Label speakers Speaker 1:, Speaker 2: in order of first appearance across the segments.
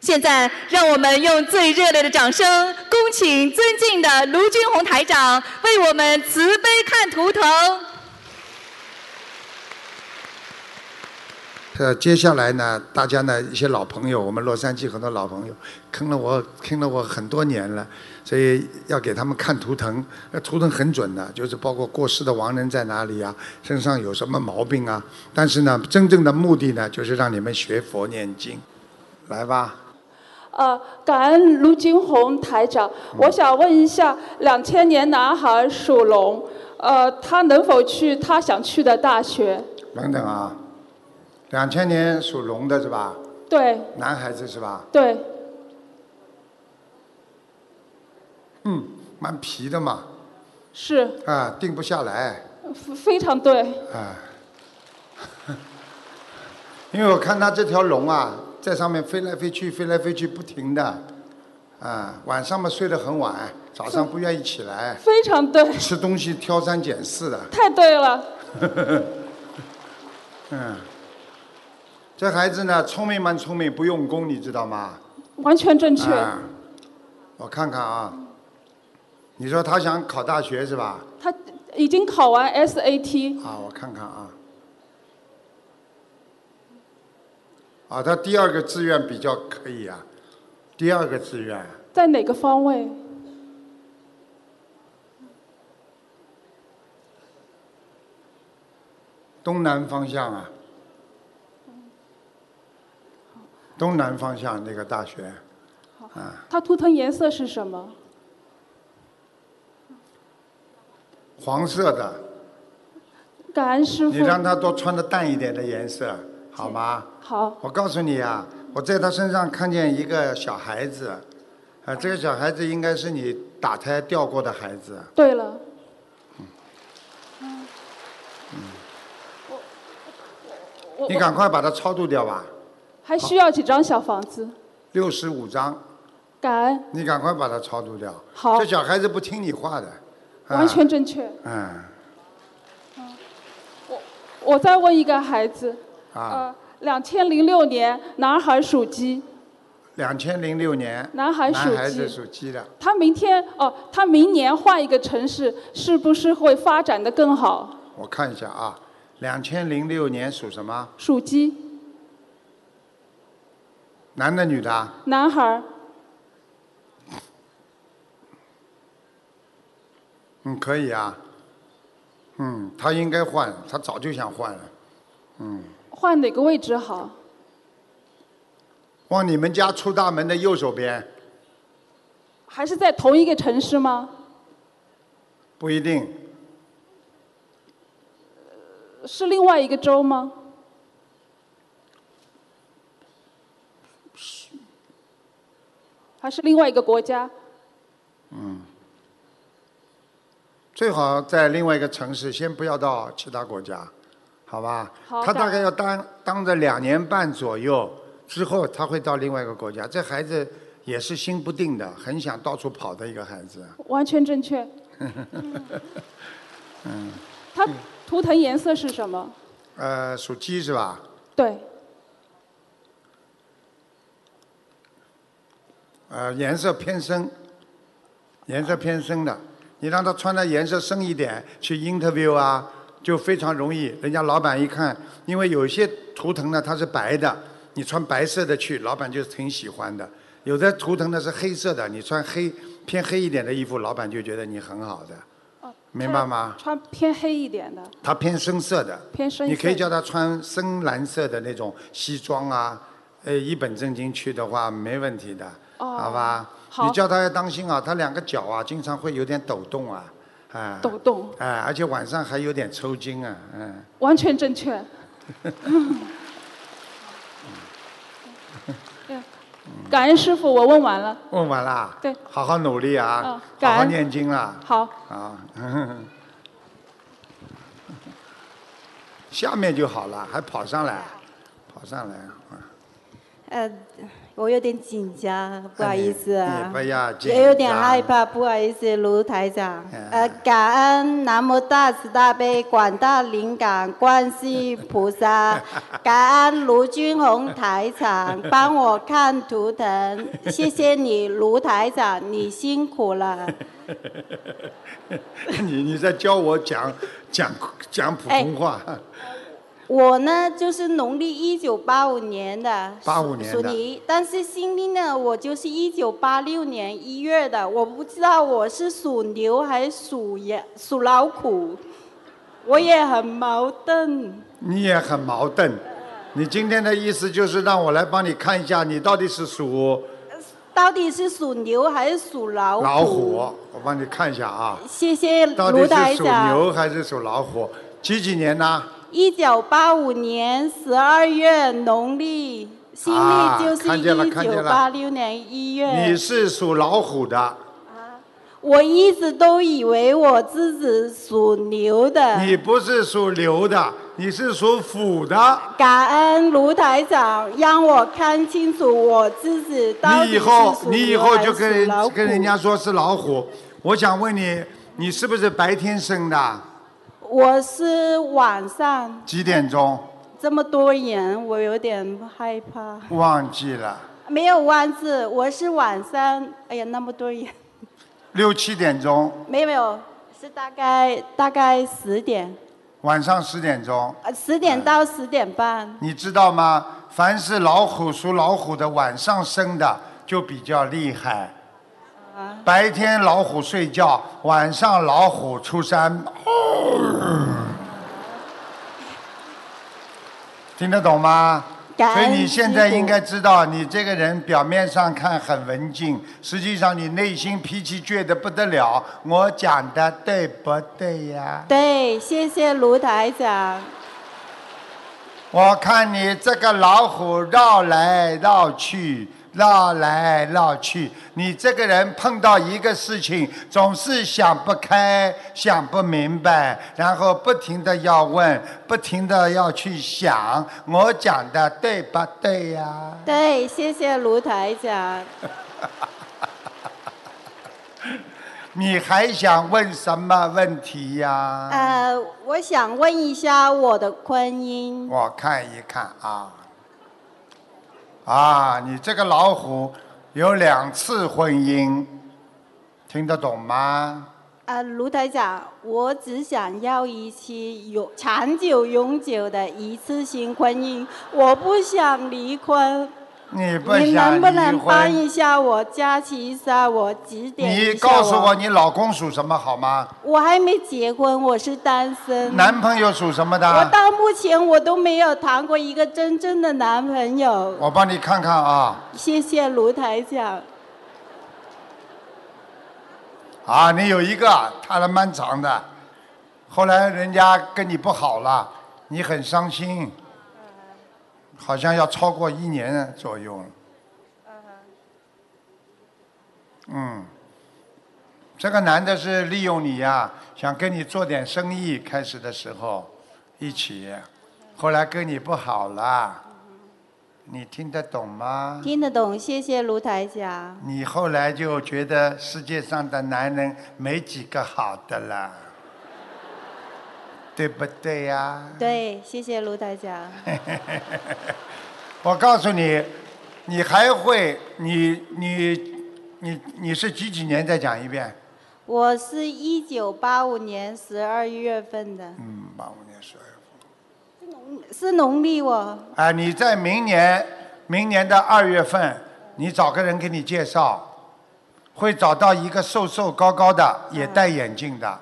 Speaker 1: 现在，让我们用最热烈的掌声，恭请尊敬的卢军红台长为我们慈悲看图腾。
Speaker 2: 呃，接下来呢，大家呢一些老朋友，我们洛杉矶很多老朋友，坑了我坑了我很多年了，所以要给他们看图腾，那图腾很准的，就是包括过世的亡人在哪里啊，身上有什么毛病啊。但是呢，真正的目的呢，就是让你们学佛念经，来吧。
Speaker 3: 呃，感恩卢金红台长，
Speaker 2: 嗯
Speaker 3: 我想问一下，两千年男孩属龙，呃，他能否去他想去的大学？
Speaker 2: 等等啊，两千年属龙的是吧？
Speaker 3: 对
Speaker 2: 男孩子是吧？
Speaker 3: 对，
Speaker 2: 嗯，蛮皮的嘛，
Speaker 3: 是
Speaker 2: 啊，定不下来
Speaker 3: 非非常对，
Speaker 2: 啊。因为我看他这条龙啊，在上面飞来飞去，飞来飞去，不停的，啊，晚上嘛睡得很晚，早上不愿意起来，
Speaker 3: 非常对，
Speaker 2: 吃东西挑三拣四的，
Speaker 3: 太对了，
Speaker 2: 嗯。这孩子呢，聪明蛮聪明，不用功，你知道吗？
Speaker 3: 完全正确，
Speaker 2: 啊，我看看啊，你说他想考大学是吧？
Speaker 3: 他已经考完 SAT，
Speaker 2: 啊，我看看啊。啊，他第二个志愿比较可以啊，第二个志愿
Speaker 3: 在哪个方位？
Speaker 2: 东南方向啊，东南方向那个大学，
Speaker 3: 他图腾颜色是什么？
Speaker 2: 黄色的，
Speaker 3: 感恩师
Speaker 2: 你
Speaker 3: 傅，
Speaker 2: 让他多穿的淡一点的颜色，好吗？
Speaker 3: 好，
Speaker 2: 我告诉你啊，我在他身上看见一个小孩子，啊、这个小孩子应该是你打胎掉过的孩子，
Speaker 3: 对了，我
Speaker 2: 你赶快把他超度掉吧，
Speaker 3: 还需要几张小房子？
Speaker 2: 六十五章。
Speaker 3: 感恩，
Speaker 2: 你赶快把他超度掉。
Speaker 3: 好
Speaker 2: 这小孩子不听你话的。啊
Speaker 3: 完全正确。
Speaker 2: 嗯
Speaker 3: 我再问一个孩子，
Speaker 2: 啊，
Speaker 3: 呃，两千零六年男孩属鸡，
Speaker 2: 两千零六年，
Speaker 3: 男孩属
Speaker 2: 男孩子
Speaker 3: 鸡。
Speaker 2: 属鸡的，
Speaker 3: 他明天哦、他明年换一个城市，是不是会发展的更好？
Speaker 2: 我看一下啊，两千零六年属什么？
Speaker 3: 属鸡，
Speaker 2: 男的女的啊？
Speaker 3: 男孩，
Speaker 2: 嗯，可以啊。嗯，他应该换，他早就想换了。
Speaker 3: 换哪个位置好？
Speaker 2: 往你们家出大门的右手边，
Speaker 3: 还是在同一个城市吗？
Speaker 2: 不一定。
Speaker 3: 是另外一个州吗？还是另外一个国家？
Speaker 2: 最好在另外一个城市，先不要到其他国家，好吧？
Speaker 3: 好
Speaker 2: 他
Speaker 3: 的
Speaker 2: 大概要当当着两年半左右之后，他会到另外一个国家。这孩子也是心不定的，很想到处跑的一个孩子。
Speaker 3: 完全正 确。嗯它图腾颜色是什么？
Speaker 2: 呃，属鸡是吧？
Speaker 3: 对，
Speaker 2: 呃，颜色偏深，颜色偏深的，你让他穿的颜色深一点去 interview 啊，就非常容易。人家老板一看，因为有些图腾呢它是白的，你穿白色的去，老板就挺喜欢的；有的图腾呢是黑色的，你穿黑偏黑一点的衣服，老板就觉得你很好的，
Speaker 3: 哦
Speaker 2: 明白吗？
Speaker 3: 穿偏黑一点的，
Speaker 2: 他偏深色的，
Speaker 3: 偏深色。
Speaker 2: 你可以叫他穿深蓝色的那种西装啊，呃，一本正经去的话没问题的，
Speaker 3: 哦
Speaker 2: 好吧？
Speaker 3: 好
Speaker 2: 你叫他要当心啊，他两个脚啊经常会有点抖动啊，啊，
Speaker 3: 抖动，
Speaker 2: 哎、而且晚上还有点抽筋啊，嗯，
Speaker 3: 完全正确。 嗯感恩师傅，我问完了。
Speaker 2: 问完啦，
Speaker 3: 对，
Speaker 2: 好好努力啊
Speaker 3: 嗯，
Speaker 2: 好
Speaker 3: 感
Speaker 2: 好
Speaker 3: 恩
Speaker 2: 念经啦，
Speaker 3: 好，
Speaker 2: 啊， 下面就好了，还跑上来，跑上来，啊
Speaker 4: 呃，我有点紧张，不好意思
Speaker 2: 哎
Speaker 4: 啊
Speaker 2: 你，不要紧张哎
Speaker 4: 也有点害怕，不好意思，卢台长。呃，感恩南无大慈大悲广大灵感观世音菩萨， 感恩卢军红台长帮我看图腾，谢谢你，卢台长，你辛苦了。
Speaker 2: 你你在教我讲讲讲普通话，
Speaker 3: 哎
Speaker 4: 我呢，就是农历一九八五年的，
Speaker 2: 85年的
Speaker 4: 属泥，但是新历呢，我就是一九八六年一月的，我不知道我是属牛还是属羊、属老虎，我也很矛盾。
Speaker 2: 你也很矛盾。你今天的意思就是让我来帮你看一下，你到底是属
Speaker 4: 到底是属牛还是属老虎？
Speaker 2: 老虎？我帮你看一下啊，
Speaker 4: 谢谢
Speaker 2: 到底
Speaker 4: 卢台
Speaker 2: 是属
Speaker 4: 长。
Speaker 2: 牛还是属老虎？几几年呢？
Speaker 4: 一九八五年十二月农历，新
Speaker 2: 啊
Speaker 4: 历就是
Speaker 2: 看见了
Speaker 4: 一
Speaker 2: 看见
Speaker 4: 九
Speaker 2: 了
Speaker 4: 八六年一月。
Speaker 2: 你是属老虎的，
Speaker 4: 我一直都以为我自己属牛的。
Speaker 2: 你不是属牛的，你是属虎的。
Speaker 4: 感恩卢台长让我看清楚我自己到底
Speaker 2: 你以
Speaker 4: 是
Speaker 2: 后
Speaker 4: 属
Speaker 2: 你以
Speaker 4: 牛
Speaker 2: 后
Speaker 4: 还
Speaker 2: 就是跟
Speaker 4: 属老
Speaker 2: 人
Speaker 4: 虎
Speaker 2: 跟人家说是老虎。我想问你，你是不是白天生的？
Speaker 4: 我是晚上
Speaker 2: 几点钟？
Speaker 4: 这么多人，我有点害怕。
Speaker 2: 忘记了，
Speaker 4: 没有忘记，我是晚上，哎呀，那么多人，
Speaker 2: 六七点钟，
Speaker 4: 没有没有，是大概大概十点，
Speaker 2: 晚上十点钟。
Speaker 4: 呃，十
Speaker 2: 嗯
Speaker 4: 点到十点半。
Speaker 2: 你知道吗？凡是老虎属老虎的，晚上生的就比较厉害。
Speaker 4: 啊
Speaker 2: 白天老虎睡觉，晚上老虎出山。 听得懂吗？
Speaker 4: 感
Speaker 2: 所
Speaker 4: 恩
Speaker 2: 以你现在
Speaker 4: 师父
Speaker 2: 应该知道，你这个人表面上看很文静，实际上你内心脾气倔得不得了。我讲的对不对呀？
Speaker 4: 对，谢谢卢台长。
Speaker 2: 我看你这个老虎绕来绕去，绕来绕去，你这个人碰到一个事情总是想不开、想不明白，然后不停的要问，不停的要去想，我讲的对不对呀、
Speaker 4: 对，谢谢卢台长。
Speaker 2: 你还想问什么问题呀、
Speaker 4: 呃，我想问一下我的婚姻。
Speaker 2: 我看一看啊，啊，你这个老虎有两次婚姻，听得懂吗？
Speaker 4: 呃，卢台长，我只想要一期永长久、永久的一次性婚姻，我不想离婚。
Speaker 2: 你不
Speaker 4: 你
Speaker 2: 想
Speaker 4: 能不能
Speaker 2: 离
Speaker 4: 帮
Speaker 2: 婚？
Speaker 4: 一下我，加持一下啊我，指点一下
Speaker 2: 你告诉
Speaker 4: 我
Speaker 2: 我，你老公属什么好吗？
Speaker 4: 我还没结婚，我是单身。
Speaker 2: 男朋友属什么
Speaker 4: 我
Speaker 2: 的？
Speaker 4: 到目前我都没有谈过一个真正的男朋友。
Speaker 2: 我帮你看看啊，
Speaker 4: 谢谢卢台长。
Speaker 2: 啊，你有一个，他还蛮长的，后来人家跟你不好了，你很伤心，好像要超过一年左右了。嗯，这个男的是利用你呀、想跟你做点生意，开始的时候一起，后来跟你不好了，你听得懂吗？
Speaker 4: 听得懂，谢谢卢台长。
Speaker 2: 你后来就觉得世界上的男人没几个好的了， 对不对呀、
Speaker 4: 对，谢谢卢台长。
Speaker 2: 我告诉你，你还会，你你你你是几几年？再讲一遍。
Speaker 4: 我是一九八五年十二月份的，
Speaker 2: 嗯，八五年十二月份。
Speaker 4: 是农历哦。
Speaker 2: 啊，你在明年明年的二月份，你找个人给你介绍，会找到一个瘦瘦高高的，也戴眼镜的，
Speaker 4: 啊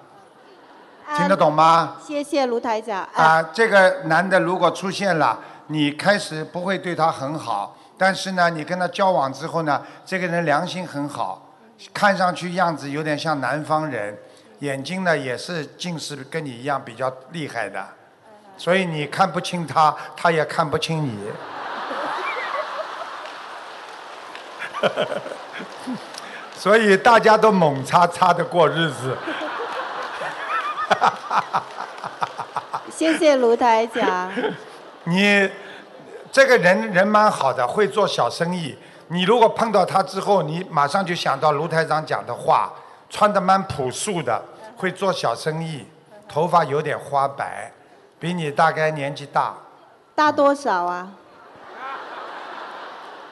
Speaker 2: 听得懂吗？
Speaker 4: 谢谢卢台长。啊，
Speaker 2: 啊，这个男的如果出现了，你开始不会对他很好，但是呢，你跟他交往之后呢，这个人良心很好，看上去样子有点像南方人，眼睛呢也是近视跟你一样比较厉害的，所以你看不清他，他也看不清你。所以大家都猛擦擦的过日子。
Speaker 4: 谢谢卢台长。
Speaker 2: 你这个人人蛮好的，会做小生意。你如果碰到他之后，你马上就想到卢台长讲的话，穿的蛮朴素的，会做小生意，头发有点花白，比你大概年纪大
Speaker 4: 大多少啊？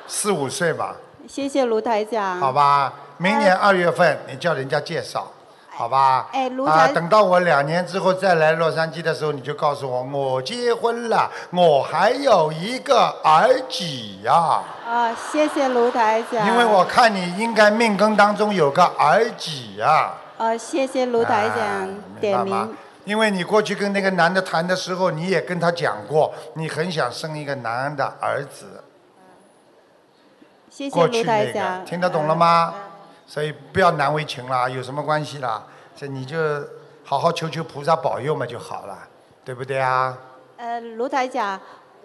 Speaker 2: 四五岁吧，
Speaker 4: 谢谢卢台长。
Speaker 2: 好吧？明年二月份你叫人家介绍，好吧？
Speaker 4: 哎卢
Speaker 2: 啊，
Speaker 4: 台
Speaker 2: 等到我两年之后再来洛杉矶的时候，你就告诉我我结婚了，我还有一个儿子呀、
Speaker 4: 啊，谢谢卢台长。
Speaker 2: 因为我看你应该命根当中有个儿子呀、
Speaker 4: 呃，谢谢卢台
Speaker 2: 啊
Speaker 4: 长
Speaker 2: 明白
Speaker 4: 点
Speaker 2: 吗
Speaker 4: 名。？
Speaker 2: 因为你过去跟那个男的谈的时候，你也跟他讲过，你很想生一个男的儿子。
Speaker 4: 谢谢
Speaker 2: 过
Speaker 4: 卢
Speaker 2: 去
Speaker 4: 台
Speaker 2: 那
Speaker 4: 长。
Speaker 2: 个，听得懂了
Speaker 4: 呃？
Speaker 2: 吗？所以不要难为情啦，有什么关系啦？这你就好好求求菩萨保佑嘛就好了，对不对啊？
Speaker 4: 呃，卢台长，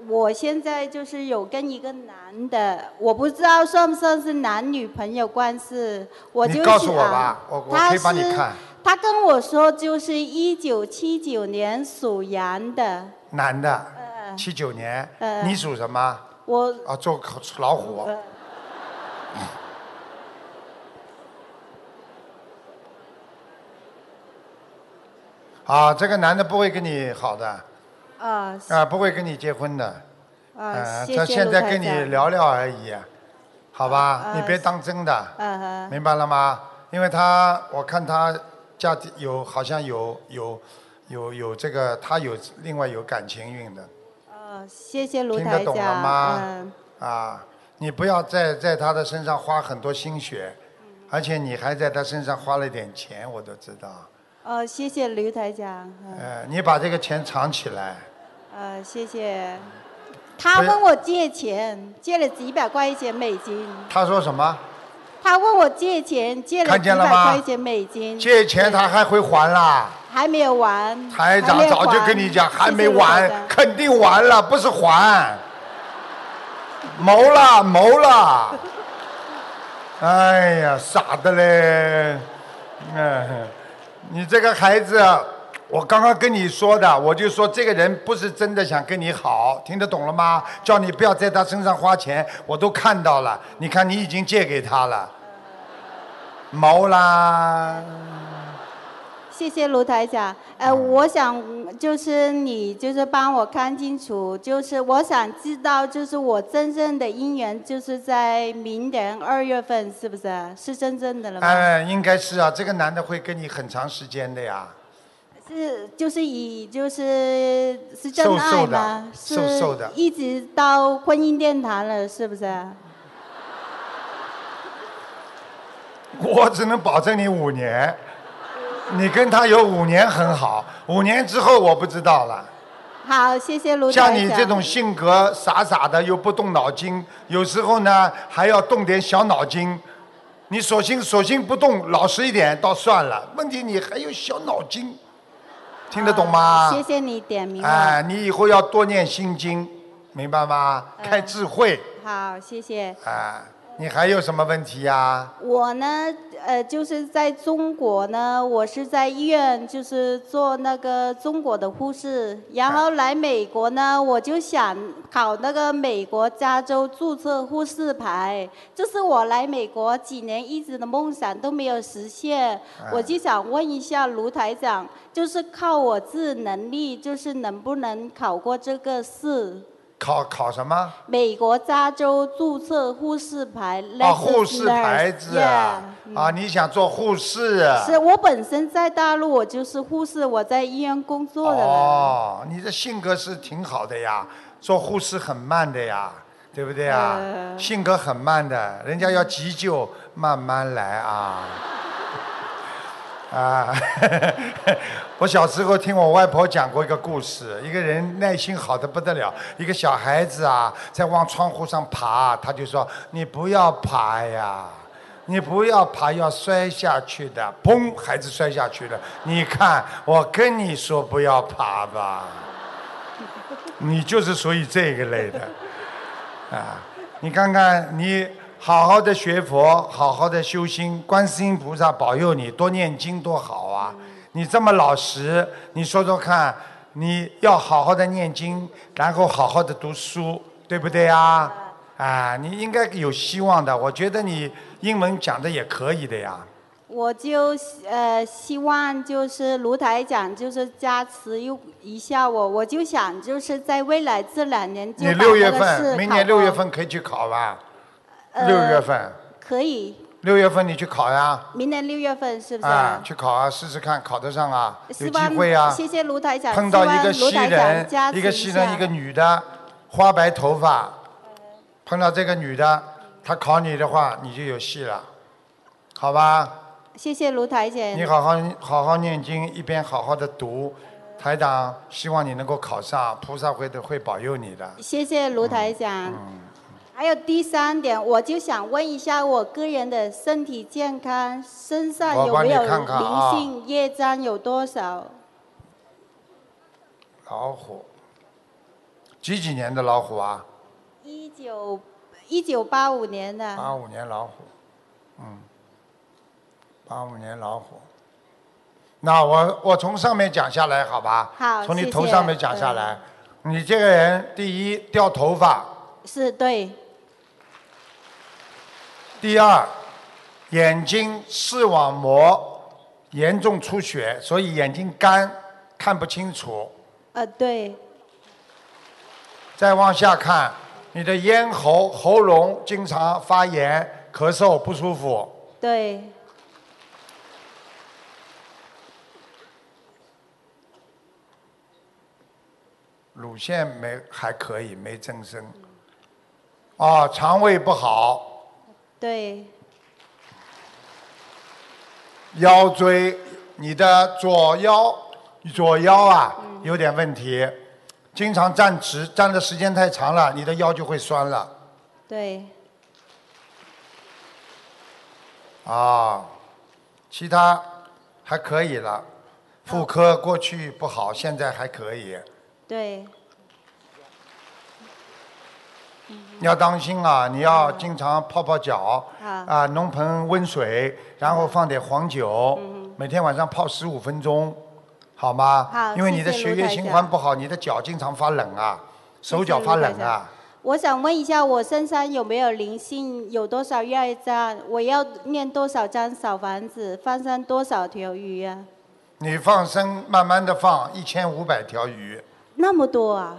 Speaker 4: 我现在就是有跟一个男的，我不知道算不算是男女朋友关系，我
Speaker 2: 你
Speaker 4: 就是
Speaker 2: 告诉我
Speaker 4: 啊
Speaker 2: 吧我我
Speaker 4: 他
Speaker 2: 可以帮你
Speaker 4: 是
Speaker 2: 看。
Speaker 4: 他跟我说，就是一九七九年属羊的，
Speaker 2: 男的，
Speaker 4: 呃
Speaker 2: 七九年，
Speaker 4: 嗯
Speaker 2: 你属什么？
Speaker 4: 我
Speaker 2: 啊，做口老虎。啊，这个男的不会跟你好的，啊、
Speaker 4: 啊
Speaker 2: 不会跟你结婚的，
Speaker 4: 啊，
Speaker 2: 呃
Speaker 4: 谢
Speaker 2: 他
Speaker 4: 谢
Speaker 2: 现
Speaker 4: 卢
Speaker 2: 在
Speaker 4: 台
Speaker 2: 跟你
Speaker 4: 长。
Speaker 2: 聊聊而已，好吧？
Speaker 4: 啊
Speaker 2: 你别当真的，
Speaker 4: 呃，
Speaker 2: 明白了吗？因为他，我看他家庭有好像有有有有这个，他有另外有感情运的
Speaker 4: 呃，谢谢卢
Speaker 2: 听得
Speaker 4: 台长。
Speaker 2: 懂了吗
Speaker 4: 嗯
Speaker 2: 啊！你不要再在他的身上花很多心血，而且你还在他身上花了点钱，我都知道。
Speaker 4: 呃，谢谢卢台长。嗯
Speaker 2: 呃，你把这个钱藏起来，
Speaker 4: 呃，谢谢。他
Speaker 2: 不是
Speaker 4: 问我借钱，借了几百块钱美金。
Speaker 2: 他说什么？
Speaker 4: 他问我借钱，借了
Speaker 2: 看
Speaker 4: 几
Speaker 2: 见了
Speaker 4: 百
Speaker 2: 吗
Speaker 4: 块钱美金。
Speaker 2: 借钱他还会还啦。
Speaker 4: 还没有完。
Speaker 2: 台
Speaker 4: 还没
Speaker 2: 长
Speaker 4: 有
Speaker 2: 早就
Speaker 4: 还
Speaker 2: 跟你讲，还没。
Speaker 4: 谢
Speaker 2: 完
Speaker 4: 谢卢，台
Speaker 2: 肯定完了，不是还，谋了谋了，哎呀，傻的嘞， 嗯，你这个孩子，我刚刚跟你说的，我就说这个人不是真的想跟你好，听得懂了吗？叫你不要在他身上花钱，我都看到了，你看你已经借给他了，谋啦，
Speaker 4: 长谢谢卢台长。呃，
Speaker 2: 嗯
Speaker 4: 我想就是你就是帮我看清楚，就是我想知道，就是我真正的姻缘就是在明年二月份，是不是？是真正的了吗？
Speaker 2: 哎，应该是啊，这个男的会跟你很长时间的呀。
Speaker 4: 是就是以就是是真
Speaker 2: 瘦
Speaker 4: 爱
Speaker 2: 瘦的
Speaker 4: 吗？
Speaker 2: 瘦瘦的
Speaker 4: 是一直到婚姻殿堂了，是不是？
Speaker 2: 我只能保证你五年，你跟他有五年很好，五年之后我不知道了。
Speaker 4: 好，谢谢卢
Speaker 2: 像
Speaker 4: 台
Speaker 2: 你
Speaker 4: 长
Speaker 2: 这种性格傻傻的，又不动脑筋，有时候呢还要动点小脑筋。你索性索性不动，老实一点倒算了。问题你还有小脑筋，听得懂吗？
Speaker 4: 谢谢你啊点名
Speaker 2: 啊哎，
Speaker 4: 了。
Speaker 2: 你以后要多念心经，明白吗？开智慧。
Speaker 4: 好，谢谢。
Speaker 2: 啊，你还有什么问题呀、
Speaker 4: 我呢，呃，就是在中国呢，我是在医院，就是做那个中国的护士。然
Speaker 2: 啊
Speaker 4: 后来美国呢，我就想考那个美国加州注册护士牌，这是我来美国几年一直的梦想都没有实现。
Speaker 2: 啊
Speaker 4: 我就想问一下卢台长，就是靠我自己能力，就是能不能考过这个试？
Speaker 2: 考考什么？
Speaker 4: 美国加州注册护士牌，
Speaker 2: 啊，
Speaker 4: registered
Speaker 2: 护士牌子啊
Speaker 4: yeah，
Speaker 2: 啊，你想做护士啊？
Speaker 4: 嗯是我本身在大陆，我就是护士，我在医院工作的人。
Speaker 2: 哦，你的性格是挺好的呀，做护士很慢的呀，对不对啊？
Speaker 4: 呃
Speaker 2: 性格很慢的，人家要急救，慢慢来啊。啊，我小时候听我外婆讲过一个故事，一个人耐心好的不得了，一个小孩子啊，在往窗户上爬，他就说：“你不要爬呀，你不要爬，要摔下去的。”砰，孩子摔下去了。你看，我跟你说不要爬吧，你就是属于这个类的。你看看，你好好的学佛，好好的修心，观世音菩萨保佑你，多念经多好啊！你这么老实，你说说看，你要好好的念经，然后好好的读书，对不对呀？啊，你应该有希望的。我觉得你英文讲的也可以的呀。
Speaker 4: 我就呃希望就是卢台长就是加持又一下我，我就想就是在未来这两年就
Speaker 2: 你
Speaker 4: 把
Speaker 2: 六月
Speaker 4: 那个
Speaker 2: 份，
Speaker 4: 试
Speaker 2: 明
Speaker 4: 考
Speaker 2: 年六月
Speaker 4: 好
Speaker 2: 份可以去考吧？
Speaker 4: 呃
Speaker 2: 六月份，
Speaker 4: 可以，
Speaker 2: 六月份你去考呀？
Speaker 4: 明年六月份是不是？
Speaker 2: 啊，去考啊，试试看，考得上啊，有
Speaker 4: 希
Speaker 2: 机
Speaker 4: 望
Speaker 2: 会啊。
Speaker 4: 谢谢卢台长，
Speaker 2: 碰到
Speaker 4: 希
Speaker 2: 一
Speaker 4: 望
Speaker 2: 个
Speaker 4: 卢
Speaker 2: 西
Speaker 4: 台长
Speaker 2: 人
Speaker 4: 加，持
Speaker 2: 一个西人，
Speaker 4: 下
Speaker 2: 一个女的，花白头发，碰到这个女的，她考你的话，你就有戏了，好吧？
Speaker 4: 谢谢卢台姐，
Speaker 2: 你好好好好念经，一边好好的读。台长希望你能够考上，菩萨会的会保佑你的。
Speaker 4: 谢谢卢台
Speaker 2: 嗯
Speaker 4: 长。还有第三点，我就想问一下我个人的身体健康，身上
Speaker 2: 我
Speaker 4: 有
Speaker 2: 帮
Speaker 4: 没
Speaker 2: 你
Speaker 4: 有
Speaker 2: 看看
Speaker 4: 灵
Speaker 2: 啊
Speaker 4: 性业障有多少？
Speaker 2: 老虎，几几年的老虎啊？
Speaker 4: 一九一九八五年啊的，
Speaker 2: 八五年老虎，嗯，八五年老虎。那我我从上面讲下来，好吧？
Speaker 4: 好
Speaker 2: 从你
Speaker 4: 谢
Speaker 2: 头
Speaker 4: 谢
Speaker 2: 上面讲下来，你这个人第一掉头发，
Speaker 4: 是对，
Speaker 2: 第二眼睛视网膜严重出血，所以眼睛干，看不清楚。
Speaker 4: 呃对，
Speaker 2: 再往下看，你的咽喉喉咙经常发炎、咳嗽不舒服。
Speaker 4: 对，
Speaker 2: 乳腺没还可以，没增生。哦，肠胃不好，
Speaker 4: 对，
Speaker 2: 腰椎，你的左腰左腰啊有点问题，经常站直，站的时间太长了，你的腰就会酸了
Speaker 4: 对，
Speaker 2: 啊、其他还可以了，妇科过去不好，现在还可以，
Speaker 4: 对，
Speaker 2: 要当心啊！你要经常泡泡脚，
Speaker 4: 好，
Speaker 2: 啊，弄盆温水，然后放点黄酒，
Speaker 4: 嗯
Speaker 2: 每天晚上泡十五分钟，好吗？
Speaker 4: 好
Speaker 2: 因为你的
Speaker 4: 谢谢
Speaker 2: 血
Speaker 4: 卢
Speaker 2: 液
Speaker 4: 台
Speaker 2: 循
Speaker 4: 长
Speaker 2: 环不好，你的脚经常发冷啊，手脚发冷啊。
Speaker 4: 我想问一下，我身上有没有灵性？有多少业障？我要念多少张小房子？放生多少条鱼啊？
Speaker 2: 你放生，慢慢的放，一千五百条鱼，
Speaker 4: 那么多啊！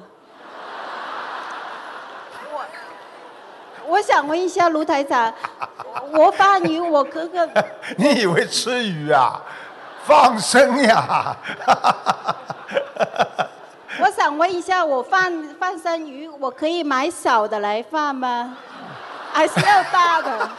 Speaker 4: 我我想问一下卢台长，我放鱼，我哥哥
Speaker 2: 你以为吃鱼啊？放生呀！
Speaker 4: 我想问一下，我放放生鱼，我可以买小的来放吗？还是要大的？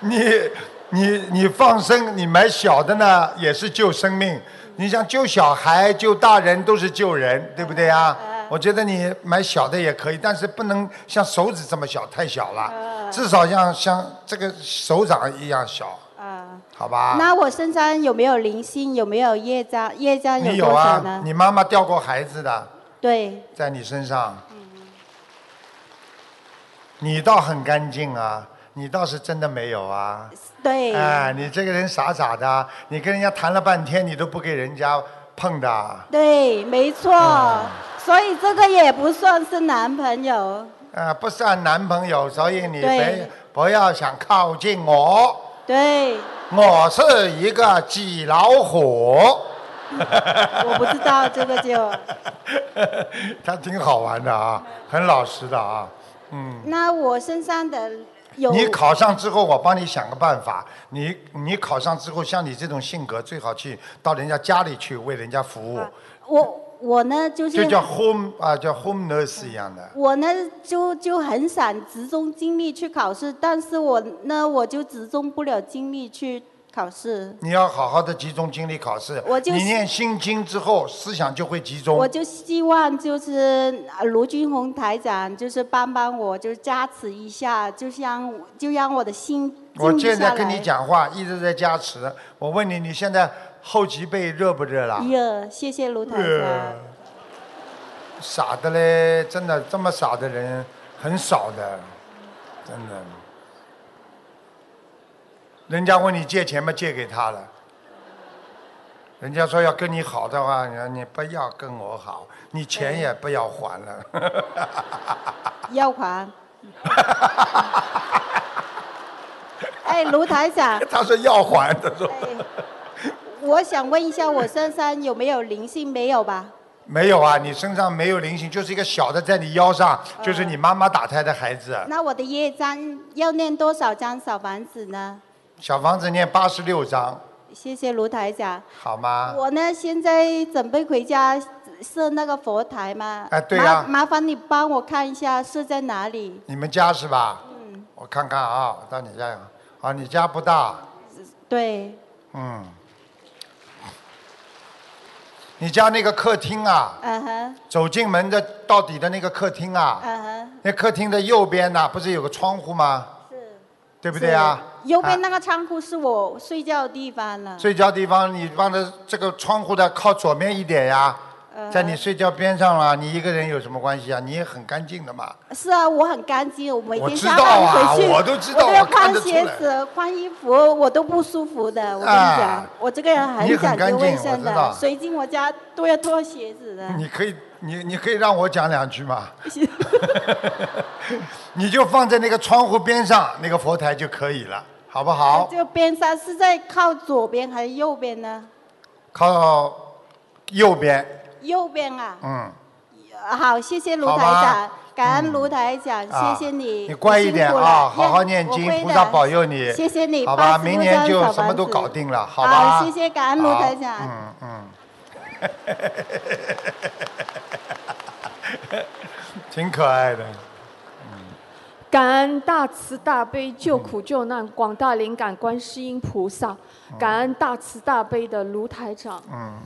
Speaker 2: 你你你放生，你买小的呢，也是救生命。你想救小孩、救大人都是救人，对不对啊？
Speaker 4: 嗯
Speaker 2: 我觉得你买小的也可以，但是不能像手指这么小，太小了，
Speaker 4: 嗯
Speaker 2: 至少像像这个手掌一样小，
Speaker 4: 啊、
Speaker 2: 好吧？
Speaker 4: 那我身上有没有灵性？有没有业障？业障
Speaker 2: 你有
Speaker 4: 多少
Speaker 2: 啊
Speaker 4: 呢？？
Speaker 2: 你妈妈掉过孩子的，
Speaker 4: 对，
Speaker 2: 在你身上。
Speaker 4: 嗯
Speaker 2: 你倒很干净啊，你倒是真的没有啊。
Speaker 4: 对，
Speaker 2: 哎，你这个人傻傻的，你跟人家谈了半天，你都不给人家碰的，
Speaker 4: 对，没错。所以这个也不算是男朋友。
Speaker 2: 呃，不算男朋友，所以你
Speaker 4: 对
Speaker 2: 别不要想靠近我，
Speaker 4: 对，
Speaker 2: 我是一个纸老虎，
Speaker 4: 我不知道这个就。
Speaker 2: 他挺好玩的啊，很老实的啊。
Speaker 4: 那我身上的有
Speaker 2: 你考上之后，我帮你想个办法。你你考上之后，像你这种性格，最好去到人家家里去为人家服务，
Speaker 4: 我我呢啊就是
Speaker 2: 就叫 home 啊，叫 home nurse 一样的。
Speaker 4: 我呢就就很想集中精力去考试，但是我呢我就集中不了精力去考试，
Speaker 2: 你要好好的集中精力考试。
Speaker 4: 我就
Speaker 2: 你
Speaker 4: 是
Speaker 2: 念心经之后，思想就会集中。
Speaker 4: 我就希望就是呃卢军红台长就是帮帮我，就是加持一下，就像就让我的心
Speaker 2: 我
Speaker 4: 静
Speaker 2: 现
Speaker 4: 下
Speaker 2: 在
Speaker 4: 来。
Speaker 2: 跟你讲话一直在加持。我问你，你现在后脊背热不热啦？
Speaker 4: 热，谢谢卢台长。
Speaker 2: 热。傻的嘞，真的这么傻的人很少的，真的。人家问你借钱嘛，借给他了。人家说要跟你好的话，你说你不要跟我好，你钱也不要还了。
Speaker 4: 要还。 哎，卢台长，
Speaker 2: 他说要还，他说
Speaker 4: 我想问一下，我身上有没有灵性？没有吧？
Speaker 2: 没有啊，你身上没有灵性，就是一个小的在你腰上，就是你妈妈打胎的孩子。
Speaker 4: 嗯那我的业障要念多少张小房子呢？
Speaker 2: 小房子念八十六章，
Speaker 4: 谢谢卢台长。
Speaker 2: 好吗？
Speaker 4: 我呢，现在准备回家设那个佛台嘛。
Speaker 2: 哎对呀
Speaker 4: 麻麻烦你帮我看一下是在哪里？
Speaker 2: 你们家是吧？嗯。我看看啊，我到你家有啊，你家不大，
Speaker 4: 对，
Speaker 2: 嗯。你家那个客厅啊，
Speaker 4: 嗯哼，
Speaker 2: 走进门的到底的那个客厅啊，
Speaker 4: 嗯哼，
Speaker 2: 那客厅的右边呢、不是有个窗户吗？
Speaker 4: 是。
Speaker 2: 对不对啊？
Speaker 4: 是右边
Speaker 2: 啊
Speaker 4: 那个仓库是我睡觉的地方了。
Speaker 2: 睡觉地方，你放在这个窗户的靠左面一点呀，
Speaker 4: 嗯
Speaker 2: 在你睡觉边上了、你一个人有什么关系啊？你也很干净的嘛。
Speaker 4: 是啊，我很干净，我每
Speaker 2: 我
Speaker 4: 天
Speaker 2: 知
Speaker 4: 下
Speaker 2: 道
Speaker 4: 班
Speaker 2: 啊
Speaker 4: 回去，
Speaker 2: 我都知道
Speaker 4: 我要
Speaker 2: 我看
Speaker 4: 换
Speaker 2: 得出
Speaker 4: 鞋
Speaker 2: 来
Speaker 4: 子、换衣服，我都不舒服的。我跟你讲，
Speaker 2: 啊
Speaker 4: 我这个人
Speaker 2: 你很
Speaker 4: 很讲
Speaker 2: 干
Speaker 4: 究
Speaker 2: 净我
Speaker 4: 卫生
Speaker 2: 知
Speaker 4: 的
Speaker 2: 道，
Speaker 4: 谁进我家都要脱鞋子的。
Speaker 2: 你可以，你你可以让我讲两句吗？ 你就放在那个窗户边上那个佛台就可以了，好不好？
Speaker 4: 这个边上是在靠左边还是右边呢？
Speaker 2: 靠右边，
Speaker 4: 右边啊。
Speaker 2: 嗯，
Speaker 4: 好，谢谢卢
Speaker 2: 好
Speaker 4: 台
Speaker 2: 吧
Speaker 4: 长，感恩卢台长，
Speaker 2: 啊
Speaker 4: 谢谢你，
Speaker 2: 你乖一点
Speaker 4: 辛苦了
Speaker 2: 啊，好好
Speaker 4: 耶
Speaker 2: 念经
Speaker 4: 我会，的
Speaker 2: 菩萨保佑你，
Speaker 4: 谢谢你，
Speaker 2: 好吧，
Speaker 4: 86
Speaker 2: 明年就
Speaker 4: 张小
Speaker 2: 什么都
Speaker 4: 房子
Speaker 2: 搞定了，好吧？
Speaker 4: 谢谢感恩卢台长
Speaker 2: 好嗯嗯，挺可爱的，
Speaker 5: 感恩大慈大悲救苦救难广大灵感观世音菩萨，感恩大慈大悲的卢台长。
Speaker 2: 嗯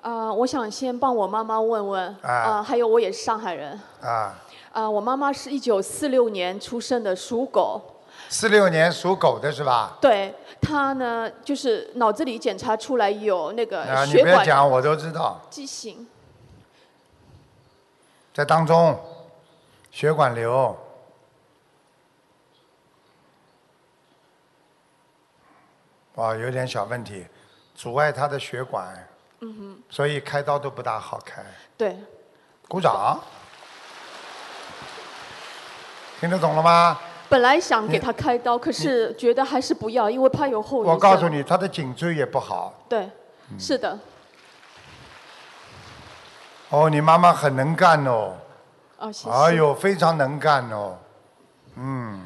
Speaker 5: 啊，我想先帮我妈妈问问，
Speaker 2: 啊
Speaker 5: 啊，还有我也是上海人，
Speaker 2: 啊，
Speaker 5: 啊，我妈妈是一九四六年出生的，属狗。
Speaker 2: 四六年属狗的是吧？
Speaker 5: 对她呢，就是脑子里检查出来有那
Speaker 4: 呃
Speaker 5: 个
Speaker 2: 啊，你
Speaker 5: 血
Speaker 2: 不要
Speaker 5: 管
Speaker 2: 讲，我都知道，
Speaker 5: 畸形，
Speaker 2: 在当中，血管瘤，哇，有点小问题，阻碍他的血管，
Speaker 5: 嗯哼，
Speaker 2: 所以开刀都不大好开。
Speaker 5: 对，
Speaker 2: 鼓掌，听得懂了吗？
Speaker 5: 本来想
Speaker 2: 你
Speaker 5: 给她开刀，可是觉得还是不要，因为怕有后遗
Speaker 2: 嗯
Speaker 5: 症。
Speaker 2: 我告诉你，他嗯的颈椎也不好。
Speaker 5: 对，是的，
Speaker 2: 哦，你妈妈很能干哦，
Speaker 5: 啊，谢谢。
Speaker 2: 哎呦，非常能干哦，嗯，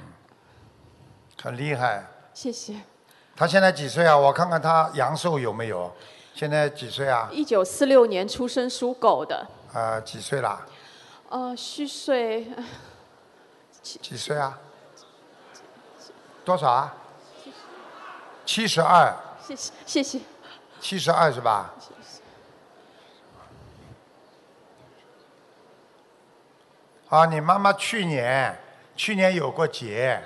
Speaker 2: 很厉害。
Speaker 5: 谢谢。
Speaker 2: 她现在几岁啊？我看看她阳寿有没有。现在几岁啊？
Speaker 5: 一九四六年出生，属狗的，
Speaker 2: 啊，几岁啦？
Speaker 5: 呃，虚岁
Speaker 2: 几岁啊？多少啊？七十二，
Speaker 5: 谢谢谢谢。
Speaker 2: 七十二是吧？啊，你妈妈去年去年有过劫，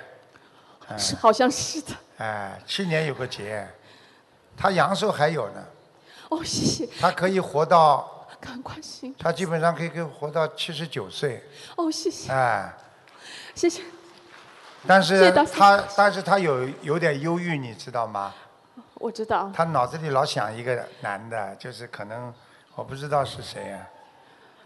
Speaker 2: 哎
Speaker 5: 是好像是的。
Speaker 2: 哎，去年有过劫，她阳寿还有呢，
Speaker 5: 哦，谢谢，
Speaker 2: 她可以活到，
Speaker 5: 感关心。
Speaker 2: 她基本上可以可以活到七十九岁，
Speaker 5: 哦，谢谢，
Speaker 2: 哎，
Speaker 5: 谢谢。
Speaker 2: 但
Speaker 5: 谢
Speaker 2: 是
Speaker 5: 谢大师
Speaker 2: 她但是她有有点忧郁，你知道吗？
Speaker 5: 我知道，
Speaker 2: 她脑子里老想一个男的，就是可能我不知道是谁呀、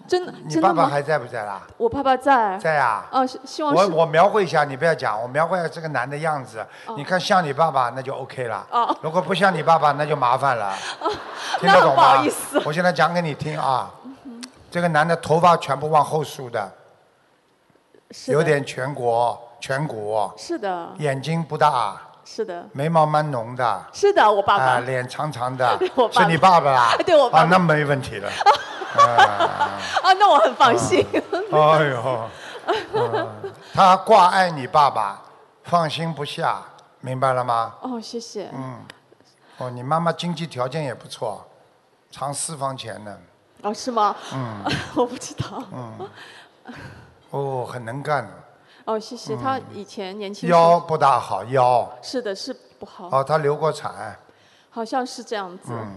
Speaker 5: 真的
Speaker 2: 你
Speaker 5: 真的
Speaker 2: 爸爸
Speaker 5: 吗？
Speaker 2: 还在不在啦？
Speaker 5: 我爸爸在。
Speaker 2: 在啊。
Speaker 5: 啊，希希望
Speaker 2: 我
Speaker 5: 是。
Speaker 2: 我描绘一下，你不要讲，我描绘一下这个男的样子。你看像你爸爸，那就 OK 了。
Speaker 5: 哦
Speaker 2: 如果不像你爸爸，那就麻烦了。 听
Speaker 5: 那
Speaker 2: 得懂
Speaker 5: 不
Speaker 2: 吗
Speaker 5: 好意思？
Speaker 2: 我现在讲给你听啊。这个男的头发全部往后梳的，
Speaker 5: 是的
Speaker 2: 有。点颧骨，颧骨，
Speaker 5: 是的，
Speaker 2: 眼睛不大，
Speaker 5: 是的，
Speaker 2: 眉毛蛮浓的，啊、
Speaker 5: 是的，我爸爸。
Speaker 2: 脸长长的
Speaker 5: 我，爸
Speaker 2: 是
Speaker 5: 爸
Speaker 2: 你爸爸啦？
Speaker 5: 对我爸
Speaker 2: 啊
Speaker 5: 爸，
Speaker 2: 那没问 题了。
Speaker 5: 啊，那我很放心。
Speaker 2: 哎呦，嗯他挂碍你爸爸，放心不下，明白了吗？
Speaker 5: 哦，谢谢。
Speaker 2: 嗯，哦，你妈妈经济条件也不错，藏私房钱呢。
Speaker 5: 哦，是吗？
Speaker 2: 嗯，
Speaker 5: 我不知道。
Speaker 2: 哦，很能干，
Speaker 5: 哦，谢
Speaker 2: 嗯
Speaker 5: 谢。他以前年轻时
Speaker 2: 腰不大好，腰。
Speaker 5: 是的，是不好，
Speaker 2: 哦，她流过产，
Speaker 5: 好像是这样子。
Speaker 2: 嗯，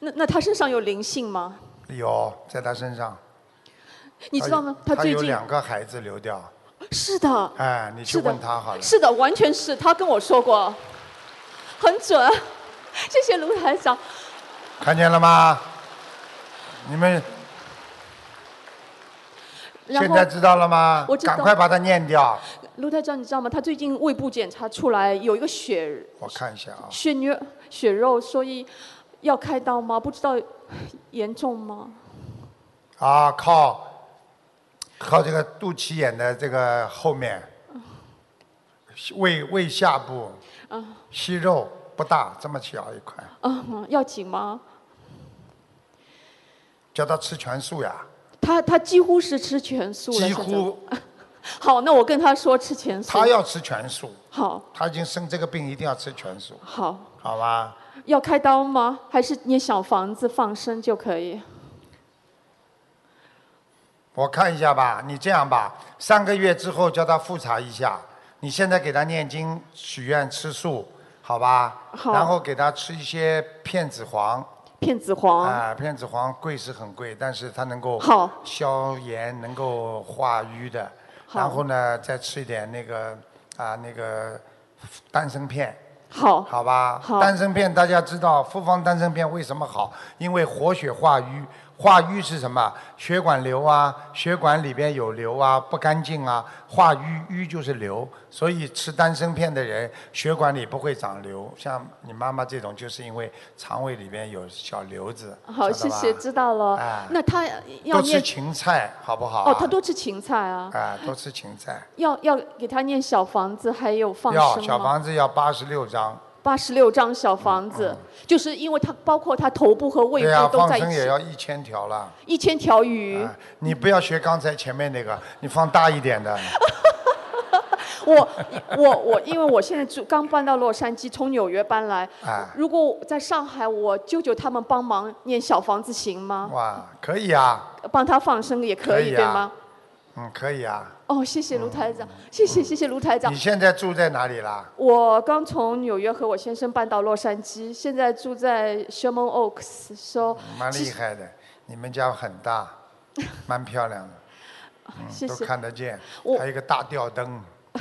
Speaker 5: 那那他身上有灵性吗？
Speaker 2: 有在她身上。
Speaker 5: 你知道吗？
Speaker 2: 她
Speaker 5: 他最
Speaker 2: 有
Speaker 5: 近
Speaker 2: 两个孩子流掉，
Speaker 5: 是的，
Speaker 2: 哎，你去
Speaker 5: 是的
Speaker 2: 问她好了。
Speaker 5: 是的，完全 是他跟我说过，很准。谢谢卢台长，
Speaker 2: 看见了吗？你们
Speaker 5: 然
Speaker 2: 现
Speaker 5: 后
Speaker 2: 在知道了吗
Speaker 5: 我？知道
Speaker 2: 赶快把它念掉，
Speaker 5: 卢台长，你知道吗？他最近胃部检查出来有一个血
Speaker 2: 我看一下啊。
Speaker 5: 血牛血肉，所以要开刀吗？不知道严重吗？
Speaker 2: 啊，靠，靠这个肚脐眼的这个后面，胃胃下部，
Speaker 5: 啊
Speaker 2: 息肉不大，这么小一块，
Speaker 5: 啊，要紧吗？
Speaker 2: 叫他吃全素呀，
Speaker 5: 他他几乎是吃全素了。
Speaker 2: 几
Speaker 5: 现在
Speaker 2: 乎
Speaker 5: 好，那我跟他说吃全素。
Speaker 2: 他要吃全素，
Speaker 5: 好
Speaker 2: 他已经生这个病，一定要吃全素，
Speaker 5: 好
Speaker 2: 好吧？
Speaker 5: 要开刀吗？还是你小房子放生就可以？
Speaker 2: 我看一下吧，你这样吧，三个月之后叫他复查一下。你现在给他念经、许愿、吃素，好吧？
Speaker 5: 好
Speaker 2: 然后给他吃一些片子黄，
Speaker 5: 片子黄、
Speaker 2: 啊，片子黄贵是很贵，但是它能够
Speaker 5: 好
Speaker 2: 消炎，能够化瘀的。
Speaker 5: 好
Speaker 2: 然后呢，再吃一点那个啊那个丹参片，
Speaker 5: 好
Speaker 2: 好吧？
Speaker 5: 哦好
Speaker 2: 丹参片大家知道，复方丹参片为什么好？因为活血化瘀。化瘀是什么？血管瘤啊，血管里边有瘤啊，不干净啊。化瘀，瘀就是瘤，所以吃丹参片的人，血管里不会长瘤。像你妈妈这种，就是因为肠胃里边有小瘤子。
Speaker 5: 好，
Speaker 2: 知
Speaker 5: 谢
Speaker 2: 道吧
Speaker 5: 谢，知道了。
Speaker 2: 哎
Speaker 5: 那他要
Speaker 2: 多吃
Speaker 5: 念
Speaker 2: 芹菜好不好啊、
Speaker 5: 哦，他多吃芹菜啊，
Speaker 2: 啊，多吃芹菜。
Speaker 5: 要要给他念小房子，还有放
Speaker 2: 要
Speaker 5: 生
Speaker 2: 小
Speaker 5: 吗？
Speaker 2: 房子要八十六张，
Speaker 5: 八十六张小房子，就是因为他包括他头部和胃
Speaker 2: 嗯对呀、
Speaker 5: 部都
Speaker 2: 放
Speaker 5: 在一
Speaker 2: 生也
Speaker 5: 起，
Speaker 2: 要一千条了。
Speaker 5: 一千条鱼。
Speaker 2: 啊，你不要学刚才前面那个，你放大一点的。
Speaker 5: 我我我，因为我现在住刚搬到洛杉矶，从纽约搬来。
Speaker 2: 啊，
Speaker 5: 如果在上海，我舅舅他们帮忙念小房子行吗？
Speaker 2: 哇，可以啊，
Speaker 5: 帮他放生也可
Speaker 2: 可
Speaker 5: 以，
Speaker 2: 以啊
Speaker 5: 对吗？
Speaker 2: 嗯，可以啊。
Speaker 5: 哦，谢谢卢台长，谢谢谢谢卢台长
Speaker 2: 你。现在住在哪里啦？
Speaker 5: 我刚从纽约和我先生搬到洛杉矶，现在住在 Sherman Oaks，说、
Speaker 2: 蛮
Speaker 5: 其
Speaker 2: 厉
Speaker 5: 实
Speaker 2: 害的，你们家很大，蛮漂亮的，
Speaker 5: 谢
Speaker 2: 嗯都
Speaker 5: 谢
Speaker 2: 看得见
Speaker 5: 我，
Speaker 2: 还有一个大吊灯。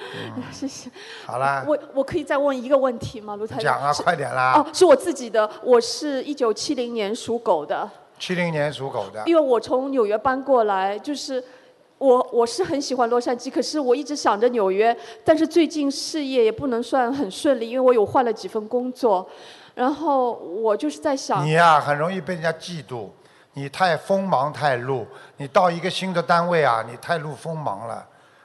Speaker 2: 嗯
Speaker 5: 谢谢。
Speaker 2: 好啦，
Speaker 5: 我我可以再问一个问题吗，卢台
Speaker 2: 讲
Speaker 5: 长？
Speaker 2: 啊，
Speaker 5: 是
Speaker 2: 快点啦
Speaker 5: 哦！，是我自己的，我是一九七零年属狗的，
Speaker 2: 七零年属狗的，
Speaker 5: 因为我从纽约搬过来，就是我我是很喜欢洛杉矶，可是我一直想着纽约，但是最近事业也不能算很顺利，因为我有换了几份工作，然后我就是在想
Speaker 2: 你，呀、很容易被人家嫉妒，你太锋芒太露。你到一个新的单位啊，你太露锋芒了。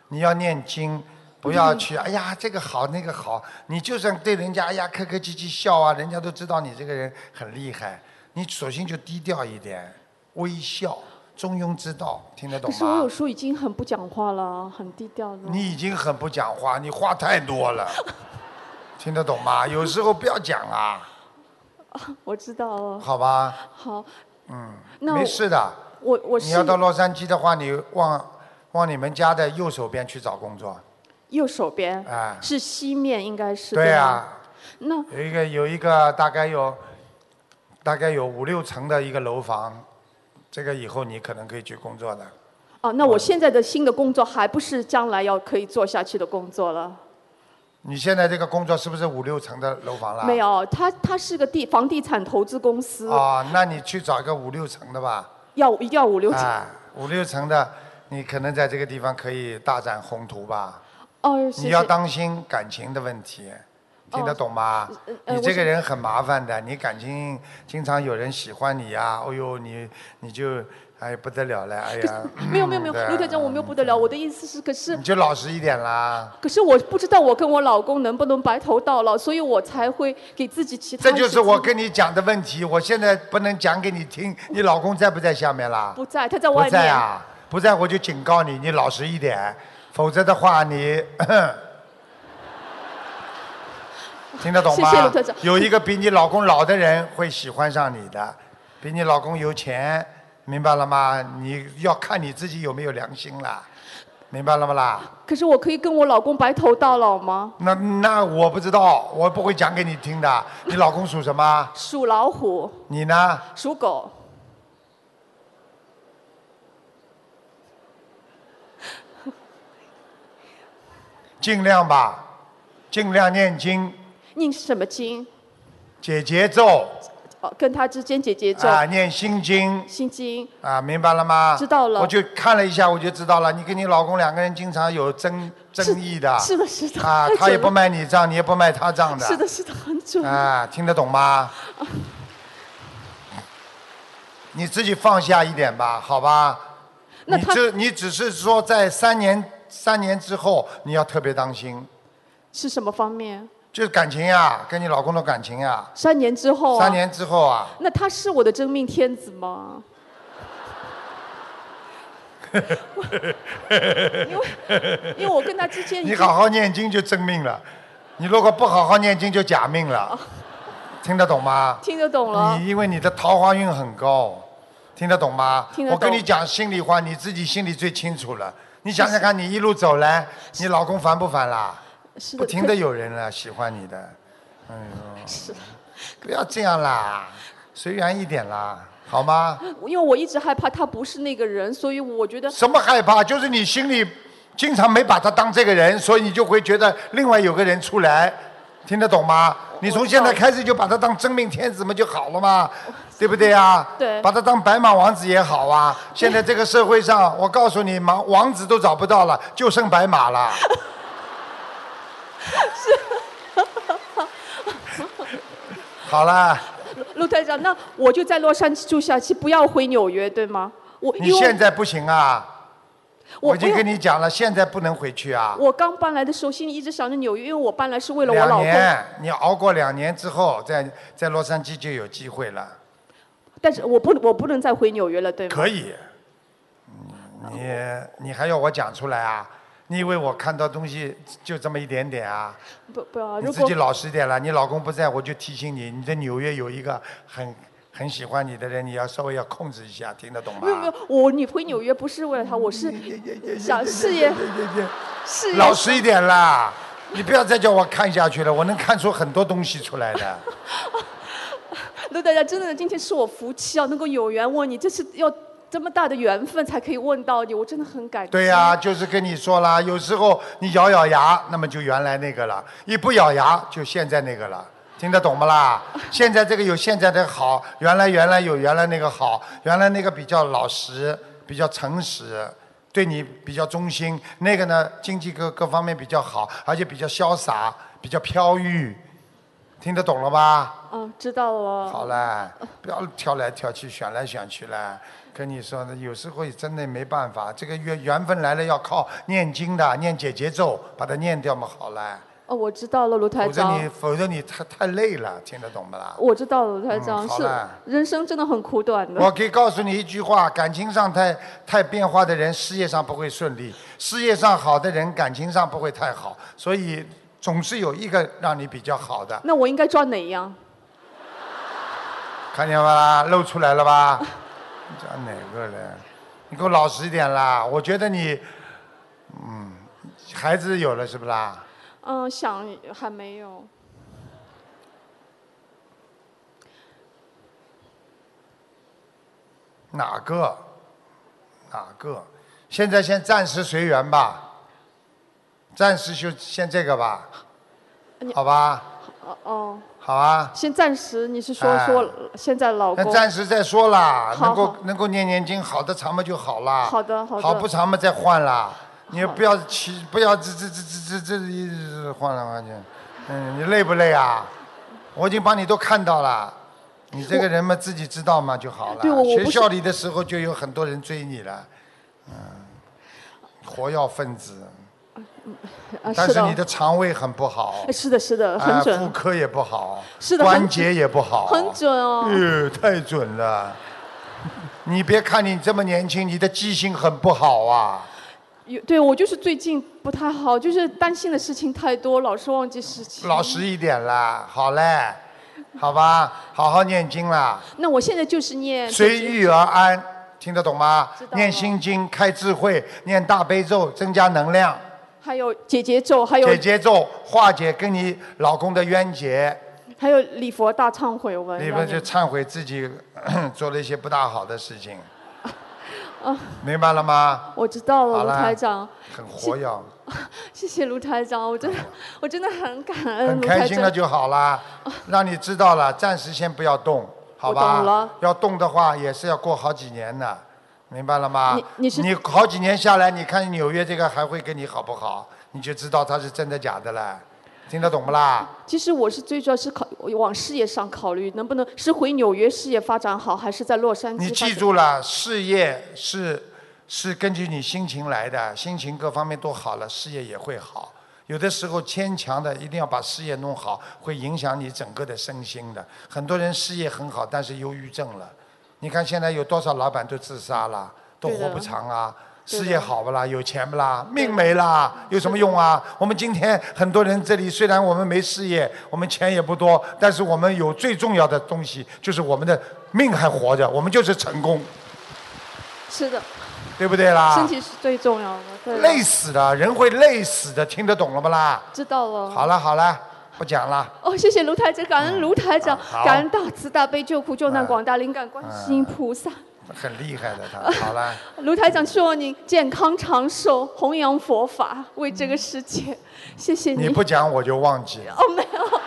Speaker 2: 你要念经，不要 去、哎呀这个好那个好，你就算对人家哎呀客客气气笑啊，人家都知道你这个人很厉害。你索性就低调一点，微笑，中庸之道，听得懂
Speaker 5: 可
Speaker 2: 吗？
Speaker 5: 是我有时候已经很不讲话了，很低调了。
Speaker 2: 你已经很不讲话，你话太多 了，听得懂吗？有时候不要讲啊，
Speaker 5: 我知道了，
Speaker 2: 好吧？
Speaker 5: 好，嗯，那
Speaker 2: 没事的。
Speaker 5: 我我
Speaker 2: 你
Speaker 5: 是
Speaker 2: 要到洛杉矶的话，你往往你们家的右手边去找工作。
Speaker 5: 右手边，
Speaker 2: 哎
Speaker 5: 是西面应该是
Speaker 2: 对
Speaker 5: 呀、
Speaker 2: 啊，
Speaker 5: 那
Speaker 2: 有一个有一个大概有大概有五六层的一个楼房，这个以后你可能可以去工作的。
Speaker 5: 哦，那
Speaker 2: 嗯
Speaker 5: 我现在的新的工作还不是将来要可以做下去的工作了？
Speaker 2: 你现在这个工作是不是五六层的楼房了？
Speaker 5: 没。有，他他是个地房地产投资公司，
Speaker 2: 啊，那你去找一个五六层的吧。
Speaker 5: 要一定要五六层。
Speaker 2: 啊，五六层的，你可能在这个地方可以大展宏图吧。
Speaker 5: 哦，谢
Speaker 2: 你
Speaker 5: 谢。
Speaker 2: 要当心感情的问题，听得懂吗？
Speaker 5: 呃
Speaker 2: 你
Speaker 5: 我
Speaker 2: 这个
Speaker 5: 想
Speaker 2: 人很麻烦的，你感情经常有人喜欢你呀、哦呦，你你就哎不得了了，哎呀，
Speaker 5: 没有没有没有
Speaker 2: 对，啊
Speaker 5: 刘队长，我没有不得了。我的意思是，可是
Speaker 2: 你就老实一点啦。
Speaker 5: 可是我不知道我跟我老公能不能白头到老，所以我才会给自己其他
Speaker 2: 这
Speaker 5: 时间。
Speaker 2: 就是我跟你讲的问题，我现在不能讲给你听。你老公在不在下面啦？
Speaker 5: 不在，他在外
Speaker 2: 不
Speaker 5: 面。
Speaker 2: 在啊，不在我就警告你，你老实一点，否则的话 你。听得懂吗？
Speaker 5: 谢谢陆特长
Speaker 2: 有一个比你老公老的人会喜欢上你的，比你老公有钱，明白了吗？你要看你自己有没有良心啦，明白了吗啦？
Speaker 5: 可是我可以跟我老公白头到老吗？
Speaker 2: 那那我不知道，我不会讲给你听的。你老公属什么？
Speaker 5: 属老虎，
Speaker 2: 你呢？
Speaker 5: 属狗。
Speaker 2: 尽量吧，尽量念经，
Speaker 5: 念什么经？
Speaker 2: 解节奏，
Speaker 5: 呃跟他之间解结咒、
Speaker 2: 啊，念心经
Speaker 5: 心经，
Speaker 2: 啊，明白了吗？
Speaker 5: 知道了
Speaker 2: 我就看了一下，我就知道了。你跟你老公两个人经常有争争议的，
Speaker 5: 是的，是的，
Speaker 2: 啊，
Speaker 5: 太
Speaker 2: 他也
Speaker 5: 准
Speaker 2: 不
Speaker 5: 了，
Speaker 2: 卖你账，你也不卖他账的，
Speaker 5: 是的，是的，很准。
Speaker 2: 啊，听得懂吗？你自己放下一点吧，好吧？
Speaker 5: 那
Speaker 2: 你
Speaker 5: 他
Speaker 2: 这你只是说在三年三年之后你要特别当心，
Speaker 5: 是什么方面？
Speaker 2: 就是感情呀、跟你老公的感情呀、
Speaker 5: 三年之后、啊，
Speaker 2: 三，年之后啊，
Speaker 5: 那他是我的真命天子 吗？因为因为我跟他之间已
Speaker 2: 你
Speaker 5: 经
Speaker 2: 好好念经就真命了，你如果不好好念经就假命
Speaker 5: 哦
Speaker 2: 了，听得懂吗？
Speaker 5: 听得懂了
Speaker 2: 你，因为你的桃花运很高，听得懂吗？
Speaker 5: 听得
Speaker 2: 我
Speaker 5: 懂
Speaker 2: 跟你讲心里话，你自己心里最清楚了。你想想看，你一路走 来，你老公烦不烦啦？
Speaker 5: 是的，
Speaker 2: 不停
Speaker 5: 可
Speaker 2: 的有人了喜欢你的，哎
Speaker 5: 是。
Speaker 2: 不要这样啦，随缘一点啦，好吗？
Speaker 5: 因为我一直害怕他不是那个人，所以我觉得
Speaker 2: 什么害怕？就是你心里经常没把他当这个人，所以你就会觉得另外有个人出来，听得懂吗？你从现在开始就把他当真命天子嘛就好了嘛，对不对啊？
Speaker 5: 对
Speaker 2: 把他当白马王子也好啊。现在这个社会上，我告诉你，马王子都找不到了，就剩白马了。 好了，
Speaker 5: 陆台长，那我就在洛杉矶住下去，不要回纽约，对吗？我
Speaker 2: 你
Speaker 5: 因为
Speaker 2: 现在不行啊！
Speaker 5: 我
Speaker 2: 我已经
Speaker 5: 我
Speaker 2: 跟你讲了，现在不能回去啊。
Speaker 5: 我刚搬来的时候，心里一直想着纽约，因为我搬来是为了我
Speaker 2: 两
Speaker 5: 老公。
Speaker 2: 年，你熬过两年之后，在在洛杉矶就有机会了，
Speaker 5: 但是我不我不能再回纽约了，对吗？
Speaker 2: 可以。嗯你你还要我讲出来啊？你以为我看到东西就这么一点点啊？
Speaker 5: 不不要，
Speaker 2: 你
Speaker 5: 如
Speaker 2: 自
Speaker 5: 果
Speaker 2: 己老实点了，你老公不在，我就提醒你，你在纽约有一个很很喜欢你的人，你要稍微要控制一下，听得懂
Speaker 5: 没有没
Speaker 2: 吗
Speaker 5: 有？，我你回纽约不是为了他，我是想事业事业。
Speaker 2: 老实一点啦，你不要再叫我看下去了，我能看出很多东西出来的。
Speaker 5: 陆大家真的今天是我福气啊，能够有缘问你，这是要这么大的缘分才可以问到你，我真的很感激。
Speaker 2: 对呀、就是跟你说啦，有时候你咬咬牙，那么就原来那个了；一不咬牙，就现在那个了。听得懂不啦？ 现在这个有现在的好，原来原来有原来那个好，原来那个比较老实，比较诚实，对你比较忠心；那个呢，经济各各方面比较好，而且比较潇洒，比较飘逸。听得懂了吧？
Speaker 5: 嗯，知道了。
Speaker 2: 好了，不要挑来挑去，选来选去了。跟你说呢，有时候也真的没办法，这个缘缘分来了要靠念经的，念解结咒，把它念掉嘛，好了。
Speaker 5: 哦，我知道了，卢台
Speaker 2: 否则
Speaker 5: 长
Speaker 2: 你，。否则你太太累了，听得懂不啦？
Speaker 5: 我知道了，卢台长、
Speaker 2: 嗯好
Speaker 5: 是
Speaker 2: 了
Speaker 5: 人生真的很苦短的。
Speaker 2: 我可以告诉你一句话：感情上太太变化的人，事业上不会顺利；事业上好的人，感情上不会太好。所以总是有一个让你比较好的，
Speaker 5: 那我应该抓哪一样？
Speaker 2: 看见吧啦，露出来了吧？你讲哪个嘞？你给我老实一点啦！我觉得你，嗯，孩子有了是不啦？
Speaker 5: 嗯，想还没有。
Speaker 2: 哪个？哪个？现在先暂时随缘吧，暂时就先这个吧，好吧，
Speaker 5: 哦哦，
Speaker 2: 好啊。
Speaker 5: 先暂时你是说、
Speaker 2: 哎
Speaker 5: 说现在老
Speaker 2: 那
Speaker 5: 公？
Speaker 2: 暂时再说啦，
Speaker 5: 好
Speaker 2: 能够
Speaker 5: 好
Speaker 2: 能够念念经，好的长嘛就好啦。
Speaker 5: 好的好的
Speaker 2: 不长嘛再换啦，你也不要起，不要这这这这这这一直换来换去，嗯，你累不累啊？我已经把你都看到了，你这个人嘛自己知道嘛就好了。
Speaker 5: 对我我
Speaker 2: 学
Speaker 5: 不是
Speaker 2: 校里的时候就有很多人追你了，嗯，活跃分子，
Speaker 5: 啊，
Speaker 2: 但是
Speaker 5: 的
Speaker 2: 你的肠胃很不好
Speaker 5: 哎，是的，是的，
Speaker 2: 啊
Speaker 5: 很准，
Speaker 2: 妇科也不好，
Speaker 5: 是的很
Speaker 2: 关节也不好，
Speaker 5: 很准哦。
Speaker 2: 呃，太准了！你别看你这么年轻，你的记性很不好啊。
Speaker 5: 有对我就是最近不太好，就是担心的事情太多，老是忘记事情。
Speaker 2: 老实一点啦，好嘞，好吧，好好念经啦，
Speaker 5: 那我现在就是念
Speaker 2: 随遇而安，听得懂吗
Speaker 5: 知道？了
Speaker 2: 念心经，开智慧，念大悲咒，增加能量，
Speaker 5: 还有姐姐咒，还有
Speaker 2: 解结咒，化解跟你老公的冤结。
Speaker 5: 还有礼佛大忏悔文。啊
Speaker 2: 你
Speaker 5: 让
Speaker 2: 们就忏悔自己 做了一些不大好的事 情，
Speaker 5: 哦
Speaker 2: 明白了吗？
Speaker 5: 我知道了，
Speaker 2: 好
Speaker 5: 卢
Speaker 2: 啦
Speaker 5: 台长，
Speaker 2: 很活跃。
Speaker 5: 谢谢卢台长，我真的我真的很感恩
Speaker 2: 很
Speaker 5: 嗯卢台
Speaker 2: 开心了啊
Speaker 5: 长。哦
Speaker 2: 就好啦，让你知道了，暂时先不要动，好
Speaker 5: 我懂
Speaker 2: 吧
Speaker 5: 了？
Speaker 2: 要动的话，也是要过好几年的，明白了吗？
Speaker 5: 你你是
Speaker 2: 好几年下来，你看纽约这个还会跟你好不好？你就知道它是真的假的了，听得懂不啦？
Speaker 5: 其实我是最主要是考往事业上考虑，能不能是回纽约事业发展好，还是在洛杉矶？
Speaker 2: 你记住，了，事业是是根据你心情来的，心情各方面都好了，事业也会好。有的时候牵强的一定要把事业弄好，会影响你整个的身心的。很多人事业很好，但是忧郁症了。你看现在有多少老板都自杀了，都
Speaker 5: 对的
Speaker 2: 活不长啊。
Speaker 5: 对
Speaker 2: 事
Speaker 5: 的
Speaker 2: 业好不啦？有钱不啦？命没啦，有什么用啊？我们今天很多人这里，虽然我们没事业，我们钱也不多，但是我们有最重要的东西，就是我们的命还活着，我们就是成功，
Speaker 5: 是的，
Speaker 2: 对不对啦？
Speaker 5: 身体是最重要的。对的
Speaker 2: 啊累死的，人会累死的，听得懂了不啦？
Speaker 5: 知道了。
Speaker 2: 好了好了，不讲了。
Speaker 5: 哦，谢谢卢台长，感恩卢台长，
Speaker 2: 好嗯
Speaker 5: 感恩大慈大悲救苦救难广大灵感观世音菩萨。
Speaker 2: 很厉害的 他，好了，
Speaker 5: 卢台长，希望您健康长寿，弘扬佛法，为这个世界。谢谢
Speaker 2: 嗯你
Speaker 5: 您。
Speaker 2: 不讲我就忘记了。
Speaker 5: 哦，没有，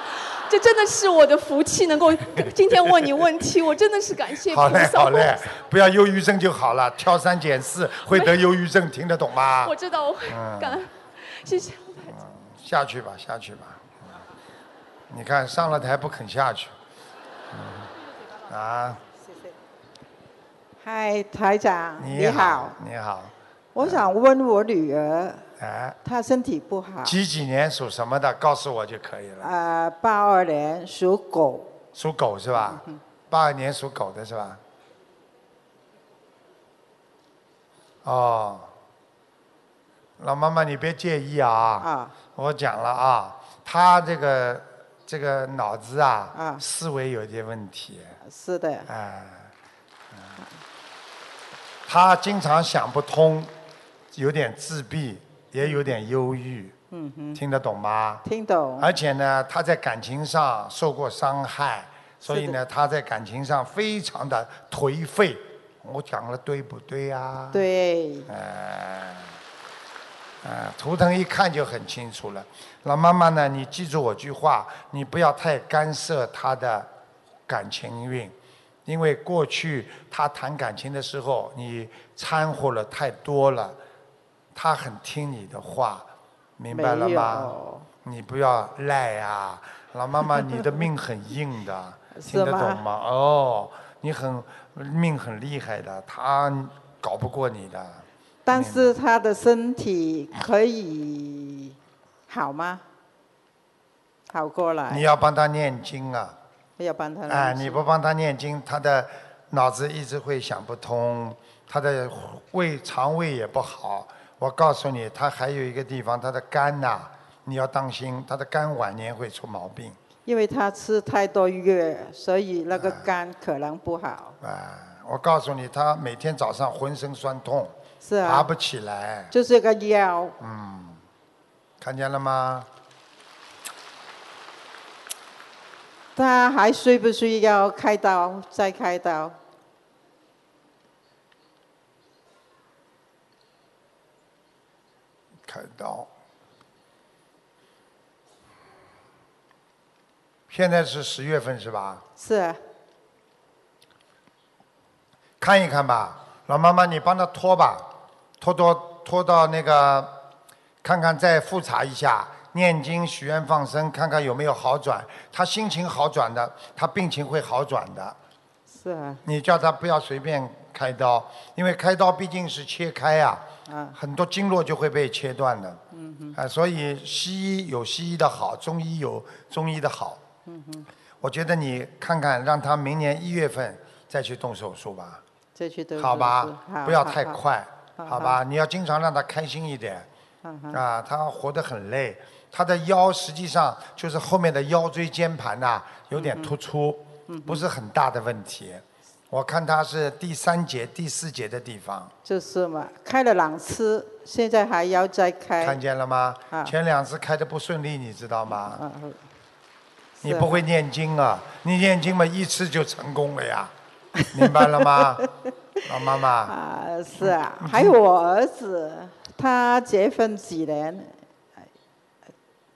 Speaker 5: 这真的是我的福气，能够今天问你问题，我真的是感谢菩
Speaker 2: 好嘞
Speaker 5: 萨。
Speaker 2: 好嘞，不要忧郁症就好了，挑三拣四会得忧郁症，听得懂吗
Speaker 5: 我知道，我会
Speaker 2: 嗯
Speaker 5: 感恩，谢谢。
Speaker 2: 下去吧，下去吧。嗯你看上了台不肯下去，嗯啊，
Speaker 6: 嗨，台长，
Speaker 2: 你
Speaker 6: 好，，
Speaker 2: 你好，
Speaker 6: 我想问我女儿，
Speaker 2: 哎，
Speaker 6: 她身体不好，
Speaker 2: 几几年属什么的，告诉我就可以了。
Speaker 6: 呃，八二年属狗，
Speaker 2: 属狗是吧？
Speaker 6: 嗯
Speaker 2: 八二年属狗的是吧？哦，老妈妈你别介意
Speaker 6: 啊
Speaker 2: 我讲了啊，他这个这个脑子啊，
Speaker 6: 啊
Speaker 2: 思维有点问题，
Speaker 6: 是的，
Speaker 2: 哎、嗯他经常想不通，有点自闭，也有点忧郁，
Speaker 6: 嗯哼，
Speaker 2: 听得懂吗？
Speaker 6: 听懂，
Speaker 2: 而且呢，他在感情上受过伤害，所以呢，他在感情上非常的颓废。我讲了对不对呀、啊？。
Speaker 6: 对，
Speaker 2: 哎、哎图腾一看就很清楚了。老妈妈呢，你记住我句话，你不要太干涉她的感情运，因为过去她谈感情的时候，你掺和了太多了，她很听你的话，明白了
Speaker 6: 没
Speaker 2: 吗？
Speaker 6: 有，
Speaker 2: 你不要赖啊，老妈妈，你的命很硬的，
Speaker 6: 是
Speaker 2: 听得
Speaker 6: 吗
Speaker 2: 懂吗？哦，你很命很厉害的，他搞不过你的。
Speaker 6: 但是她的身体可以好吗？好过
Speaker 2: 你
Speaker 6: 来，
Speaker 2: 要帮他念经啊！
Speaker 6: 要帮她
Speaker 2: 哎，
Speaker 6: 弄
Speaker 2: 你不帮他念经，他的脑子一直会想不通，他的胃肠胃也不好。我告诉你，他还有一个地方，他的肝呐、你要当心，他的肝晚年会出毛病。
Speaker 6: 因为她吃太多药，所以那个肝可能不好，
Speaker 2: 啊，我告诉你，他每天早上浑身酸痛，
Speaker 6: 是
Speaker 2: 爬
Speaker 6: 啊，
Speaker 2: 不起来，
Speaker 6: 就是个腰，
Speaker 2: 看见了吗？
Speaker 6: 她还需不需要开刀？再开刀？
Speaker 2: 开刀。现在是十月份是吧？
Speaker 6: 是啊，
Speaker 2: 看一看吧，老妈妈，你帮他拖吧，拖拖拖到那个，看看再复查一下，念经许愿放生，看看有没有好转。他心情好转的，他病情会好转的。
Speaker 6: 是啊，
Speaker 2: 你叫他不要随便开刀，因为开刀毕竟是切开呀、
Speaker 6: 啊
Speaker 2: 很多经络就会被切断的。嗯啊，所以西医有西医的好，中医有中医的好。嗯我觉得你看看，让他明年一月份再去动手术吧，
Speaker 6: 这去都
Speaker 2: 好吧
Speaker 6: 是好？
Speaker 2: 不要
Speaker 6: 好
Speaker 2: 太
Speaker 6: 好
Speaker 2: 快，
Speaker 6: 好嗯
Speaker 2: 好吧？你要经常让他开心一点。啊，他活得很累，他的腰实际上就是后面的腰椎间盘呐、有点突出，
Speaker 6: 嗯
Speaker 2: 不是很大的问题。我看他是第三节、第四节的地方，
Speaker 6: 就是嘛，开了两次，现在还要再
Speaker 2: 看
Speaker 6: 开。
Speaker 2: 见了吗？
Speaker 6: 啊
Speaker 2: 前两次开的不顺利，你知道吗？
Speaker 6: 嗯，
Speaker 2: 你
Speaker 6: 是
Speaker 2: 不会念经啊？你念经嘛，一次就成功了呀，明白了 吗？老妈妈，
Speaker 6: 啊，是啊，
Speaker 2: 嗯
Speaker 6: 还有我儿子，他结婚几年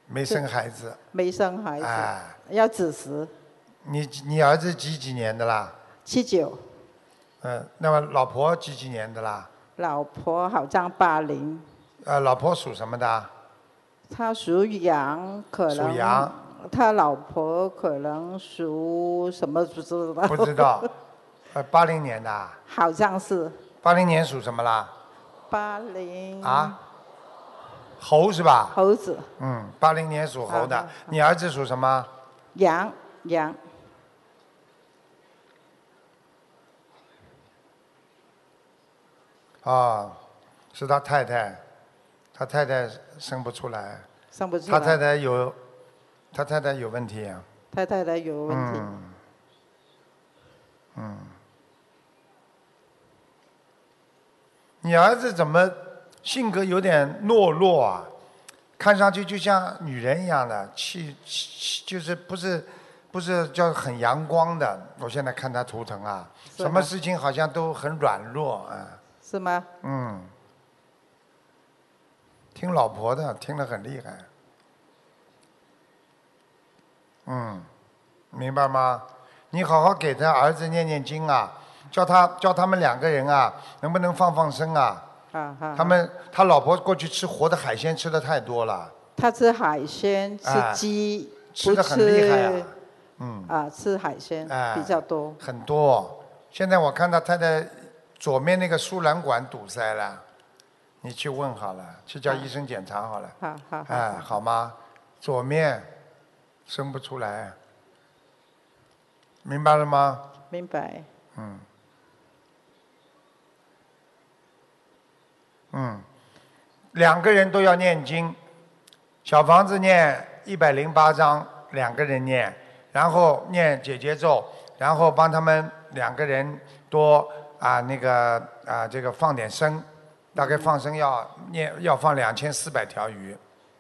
Speaker 2: 没生孩子，
Speaker 6: 没生孩子，
Speaker 2: 哎
Speaker 6: 要子时
Speaker 2: 你你儿子几几年的啦？
Speaker 6: 七九，
Speaker 2: 嗯，那么老婆几几年的啦？
Speaker 6: 老婆好像八零，
Speaker 2: 呃，老婆属什么的啊？
Speaker 6: 他属羊，可
Speaker 2: 属
Speaker 6: 能
Speaker 2: 羊
Speaker 6: 他老婆可能属什么不知道，
Speaker 2: 不知道，呃，八零年的啊，
Speaker 6: 好像是
Speaker 2: 八零年属什么啦？
Speaker 6: 八零
Speaker 2: 啊，猴是吧？
Speaker 6: 猴子
Speaker 2: 嗯，八零年属猴的，你儿子属什么？
Speaker 6: 羊羊
Speaker 2: 啊，是他太太，他太太生不出来，
Speaker 6: 生不出
Speaker 2: 他
Speaker 6: 来，
Speaker 2: 太太有，他太太有问题啊。
Speaker 6: 他太太有问题，
Speaker 2: 嗯，嗯，你儿子怎么性格有点懦弱啊？看上去就像女人一样的，气气气就是不是不是叫很阳光的。我现在看他图腾啊，什
Speaker 6: 是
Speaker 2: 么
Speaker 6: 吗
Speaker 2: 事情好像都很软弱啊。
Speaker 6: 是吗？
Speaker 2: 嗯，听老婆的，听得很厉害。嗯，明白吗？你好好给他儿子念念经啊，叫他叫他们两个人啊，能不能放放生啊？
Speaker 6: 啊哈，
Speaker 2: 他们他老婆过去吃活的海鲜吃的太多了，
Speaker 6: 他吃海鲜，吃
Speaker 2: 哎
Speaker 6: 鸡，
Speaker 2: 吃
Speaker 6: 不
Speaker 2: 的很厉害啊
Speaker 6: 吃。
Speaker 2: 嗯，
Speaker 6: 啊，吃海鲜
Speaker 2: 哎
Speaker 6: 比较多。
Speaker 2: 很多。现在我看他太太左面那个输卵管堵塞了，你去问好了，去叫医生检查好了。
Speaker 6: 好好好，
Speaker 2: 哎，好吗？左面生不出来，明白了吗？
Speaker 6: 明白。
Speaker 2: 嗯，嗯，两个人都要念经，小房子念一百零八章，两个人念，然后念姐姐咒，然后帮他们两个人多啊那个啊这个放点生，大概放生要念要放两千四百条鱼。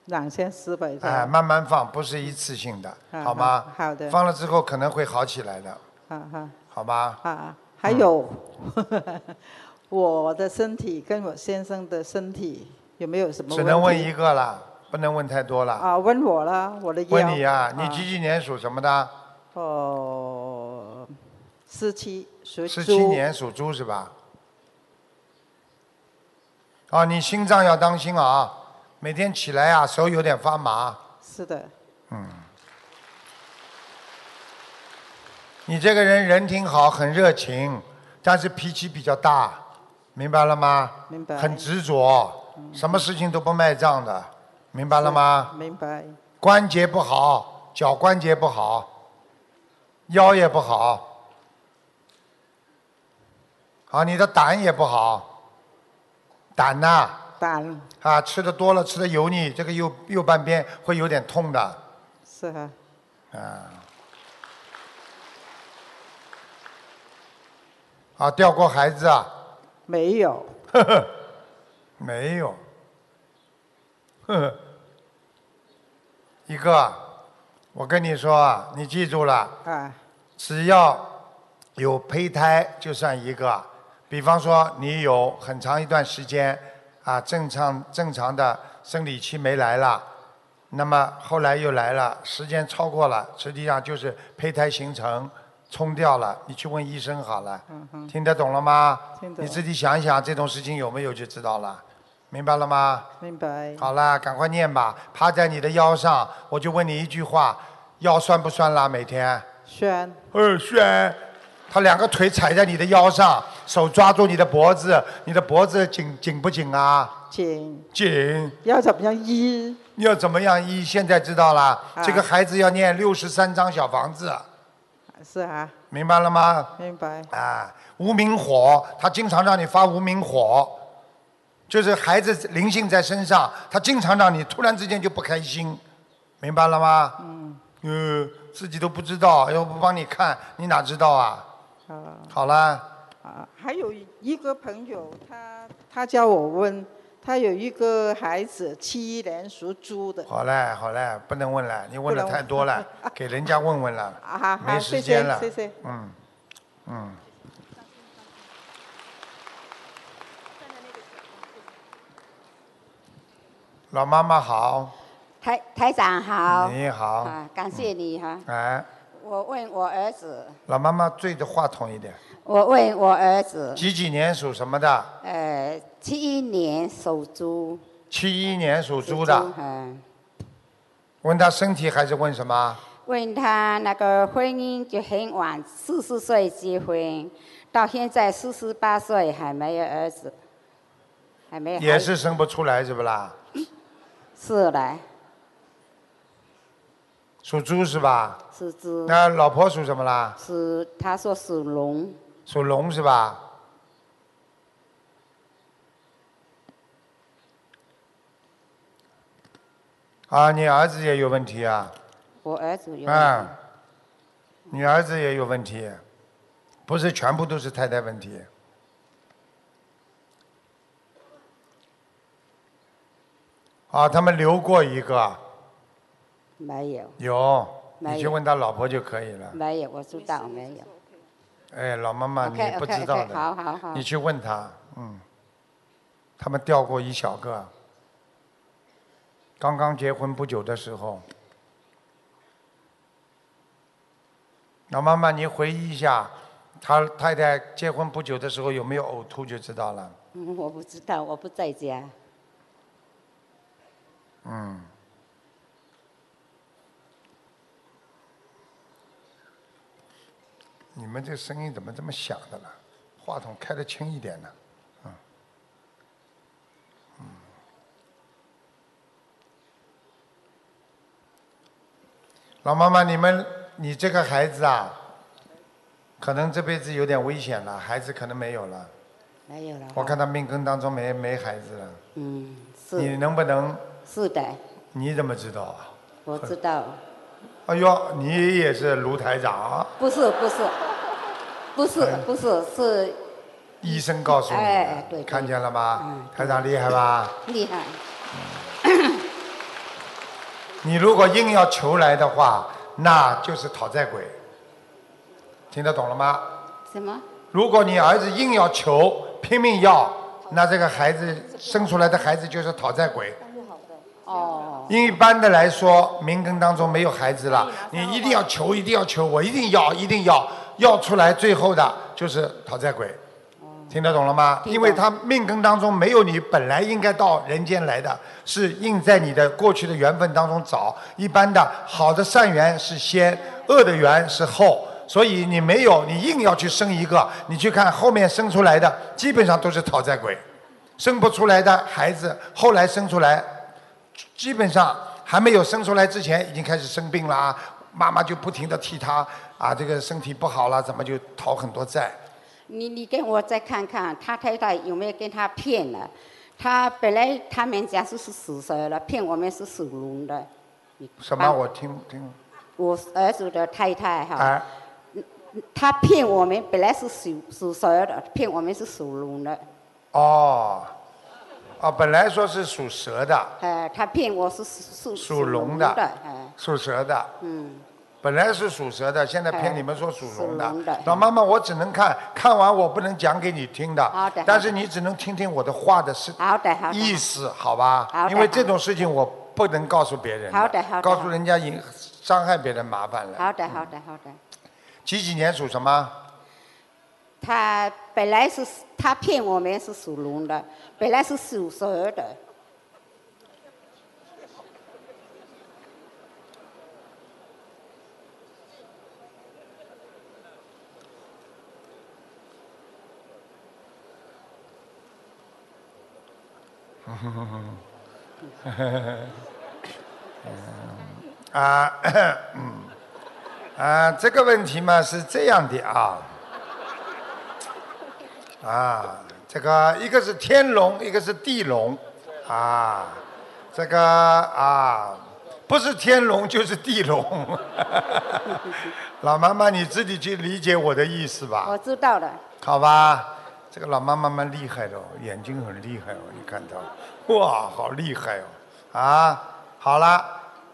Speaker 6: 两千四百张。
Speaker 2: 哎，慢慢放，不是一次性的，
Speaker 6: 啊
Speaker 2: 好吗？
Speaker 6: 好好的
Speaker 2: 放了之后可能会好起来的，
Speaker 6: 哈哈
Speaker 2: 好吗？
Speaker 6: 啊！还有， 我的身体跟我先生的身体有没有什么
Speaker 2: 只能问
Speaker 6: 题
Speaker 2: 一个啦，不能问太多了。
Speaker 6: 啊？问我啦，我的腰。
Speaker 2: 问你啊，你几几年属什么的？
Speaker 6: 哦，四七属
Speaker 2: 十
Speaker 6: 猪
Speaker 2: 七年属猪是吧？啊，你心脏要当心啊，每天起来啊，手有点发麻。
Speaker 6: 是的，
Speaker 2: 你这个人人挺好，很热情，但是脾气比较大，明白了吗？
Speaker 6: 明白嗯
Speaker 2: 很执着，什么事情都不卖账的，明白了吗？
Speaker 6: 明白。
Speaker 2: 关节不好，脚关节不好，腰也不好，啊，你的胆也不好，胆呐、啊，
Speaker 6: 胆
Speaker 2: 吃的多了，吃的油腻，这个右右半边会有点痛的，
Speaker 6: 是啊，
Speaker 2: 啊，掉过孩子啊，
Speaker 6: 没有
Speaker 2: 呵呵，没有，呵呵，一个啊，我跟你说啊，你记住了。
Speaker 6: 啊，
Speaker 2: 只要有胚胎就算一个。啊比方说，你有很长一段时间啊，正常正常的生理期没来了，那么后来又来了，时间超过了，实际上就是胚胎形成冲掉了。你去问医生好了，听得懂了吗？
Speaker 6: 嗯听得
Speaker 2: 你自己想一想，这种事情有没有就知道了，明白了吗？
Speaker 6: 明白。
Speaker 2: 好了，赶快念吧，趴在你的腰上，我就问你一句话：腰酸不酸啦？每天？
Speaker 6: 宣
Speaker 2: 二轩，他两个腿踩在你的腰上，手抓住你的脖子，你的脖子紧紧不紧啊？
Speaker 6: 请
Speaker 2: 紧。
Speaker 6: 要怎么样医？
Speaker 2: 你要怎么样医？现在知道了，
Speaker 6: 啊
Speaker 2: 这个孩子要念六十三张小房子，
Speaker 6: 是啊，
Speaker 2: 明白了吗？
Speaker 6: 明白。
Speaker 2: 啊，无名火，他经常让你发无名火，就是孩子灵性在身上，他经常让你突然之间就不开心，明白了吗？嗯。呃，自己都不知道，要不帮你看，你哪知道啊？
Speaker 6: 啊
Speaker 2: 好了。
Speaker 6: 啊，还有一个朋友，他他叫我问，他有一个孩子七年属猪的
Speaker 2: 好嘞，好嘞，不能问了，你问的
Speaker 6: 不能问
Speaker 2: 太多了， 给人家问问了，
Speaker 6: 啊，好
Speaker 2: 没
Speaker 6: 好，
Speaker 2: 时
Speaker 6: 谢
Speaker 2: 间
Speaker 6: 谢
Speaker 2: 了。
Speaker 6: 谢谢。
Speaker 2: 嗯，嗯。老妈妈好，
Speaker 7: 台台长好，
Speaker 2: 你好，
Speaker 7: 啊，感谢你哈、
Speaker 2: 哎，
Speaker 7: 我
Speaker 8: 我问我儿子，
Speaker 2: 老妈妈对着话筒一点。
Speaker 8: 我问我儿子，
Speaker 2: 几几年属什么的？
Speaker 8: 呃，七一年属猪，
Speaker 2: 七一年属猪
Speaker 8: 猪
Speaker 2: 的。
Speaker 8: 嗯，
Speaker 2: 问他身体还是问什么？
Speaker 8: 问他那个婚姻就很晚，四十岁结婚，到现在四十八岁还没有儿子，还没有孩
Speaker 2: 也
Speaker 8: 子
Speaker 2: 是生不出来是不啦？
Speaker 8: 是来
Speaker 2: 属猪是吧？
Speaker 8: 是猪，
Speaker 2: 那老婆属什么啦？
Speaker 8: 是他说属龙，
Speaker 2: 属龙是吧？啊，你儿子也有问题啊！
Speaker 8: 我儿子有
Speaker 2: 啊、你儿子也有问题，不是全部都是太太问题。啊，他们留过一个，
Speaker 8: 没有？
Speaker 2: 有，
Speaker 8: 没有
Speaker 2: 你去问他老婆就可以了。
Speaker 8: 没有，我知道没有。
Speaker 2: 哎，老妈妈，你
Speaker 8: OK
Speaker 2: 不
Speaker 8: OK
Speaker 2: 知道
Speaker 8: OK，好
Speaker 2: 的，
Speaker 8: 好好
Speaker 2: 你。去问他，嗯，他们掉过一小个，啊刚刚结婚不久的时候。老妈妈，你回忆一下，他太太结婚不久的时候有没有呕吐就知道了。
Speaker 8: 嗯我不知道，我不在家。
Speaker 2: 嗯，你们这声音怎么这么响的了？话筒开的轻一点呢。嗯，嗯老妈妈，你们，你这个孩子啊，可能这辈子有点危险了，孩子可能没有了。
Speaker 8: 没有了。
Speaker 2: 我看他命根当中没没孩子了。
Speaker 8: 嗯，
Speaker 2: 你
Speaker 8: 是
Speaker 2: 能不能？
Speaker 8: 是的，
Speaker 2: 你怎么知道啊？
Speaker 8: 我知道。
Speaker 2: 哎呦，你也是卢台长，
Speaker 8: 不是不是，不是
Speaker 2: 哎
Speaker 8: 不是是
Speaker 2: 医生告诉你的，
Speaker 8: 哎哎对对嗯
Speaker 2: 看见了吧？台长厉害吧？
Speaker 8: 厉害，
Speaker 2: 你如果硬要求来的话，那就是讨债鬼，听得懂了吗？
Speaker 8: 什么？
Speaker 2: 如果你儿子硬要求，拼命要，那这个孩子生出来的孩子就是讨债鬼。
Speaker 8: 哦，
Speaker 2: 一般的来说，命根当中没有孩子了，你一定要求，一定要求，我一定要，一定要，要出来最后的就是讨债鬼，听得懂了吗？因为他命根当中没有你本来应该到人间来的，是硬在你的过去的缘分当中找。一般的好的善缘是先，恶的缘是后。所以你没有，你硬要去生一个，你去看后面生出来的基本上都是讨债鬼，生不出来的孩子后来生出来基本上还没有生出来之前，已经开始生病了啊。妈妈就不停的替他啊，这个身体不好了，怎么就讨很多债？
Speaker 8: 你你给我再看看，他太太有没有跟他骗了？他本来他们家是是属蛇的，骗我们是属龙的。
Speaker 2: 什么？我听听。
Speaker 8: 我儿子的太太哈，
Speaker 2: 哎，
Speaker 8: 他骗我们本来是属属蛇的，骗我们是属龙的。
Speaker 2: 哦，哦，本来说是属蛇的，
Speaker 8: 呃，他骗我是属
Speaker 2: 属龙
Speaker 8: 的，
Speaker 2: 的
Speaker 8: 哎，
Speaker 2: 属蛇的，
Speaker 8: 嗯，
Speaker 2: 本来是属蛇的，现在
Speaker 8: 哎
Speaker 2: 骗你们说属龙
Speaker 8: 属龙的嗯
Speaker 2: 老妈妈，我只能看看完，我不能讲给你听的。
Speaker 8: 好的
Speaker 2: 但是你只能听听我的话的是
Speaker 8: 好的好的，
Speaker 2: 意思，好吧？
Speaker 8: 好的
Speaker 2: 因为这种事情我不能告诉别人的。
Speaker 8: 好的好的
Speaker 2: 告诉人家引伤害别人麻烦了。
Speaker 8: 好的好的好的。
Speaker 2: 几几年属什么？
Speaker 8: 他本来是他骗我们是属龙的，本来是属蛇的，
Speaker 2: 啊，嗯，啊，这个问题嘛是这样的啊，啊，这个一个是天龙，一个是地龙，啊，这个啊，不是天龙就是地龙， 老妈妈你自己去理解我的意思吧。
Speaker 8: 我知道了。
Speaker 2: 好吧，这个老妈妈蛮厉害的哦，眼睛很厉害哦，你看她，哇，好厉害哦！啊，好了，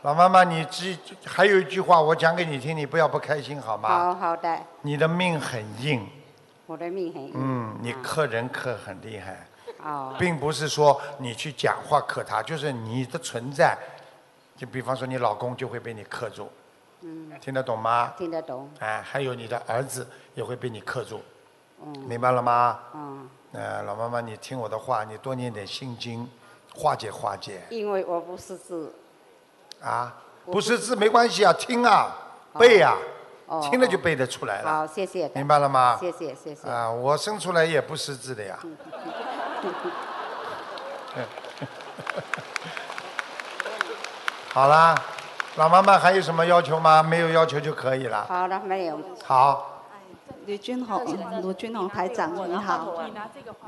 Speaker 2: 老妈妈，你记，还有一句话我讲给你听，你不要不开心好吗？
Speaker 8: 好好的，
Speaker 2: 你的命很硬，
Speaker 8: 我的命很硬。
Speaker 2: 嗯，你克人克很厉害，
Speaker 8: 哦，
Speaker 2: 并不是说你去讲话克他，就是你的存在，就比方说你老公就会被你克住，听得懂吗？
Speaker 6: 听得懂，
Speaker 2: 哎，还有你的儿子也会被你克住，明白了吗？
Speaker 6: 嗯，
Speaker 2: 呃，老妈妈，你听我的话，你多念点心经，化解化解
Speaker 6: 因为我不识字，
Speaker 2: 啊。不识字没关系啊，听啊，背啊，
Speaker 6: 哦
Speaker 2: 听了就背得出来了，
Speaker 6: 好，谢谢的，
Speaker 2: 明白了吗？
Speaker 6: 谢谢谢谢，
Speaker 2: 啊，我生出来也不识字的 呀。好啦，老妈妈还有什么要求吗？没有要求就可以了。
Speaker 6: 好了，没有，
Speaker 2: 好，
Speaker 7: 卢军宏，卢军宏台长你好，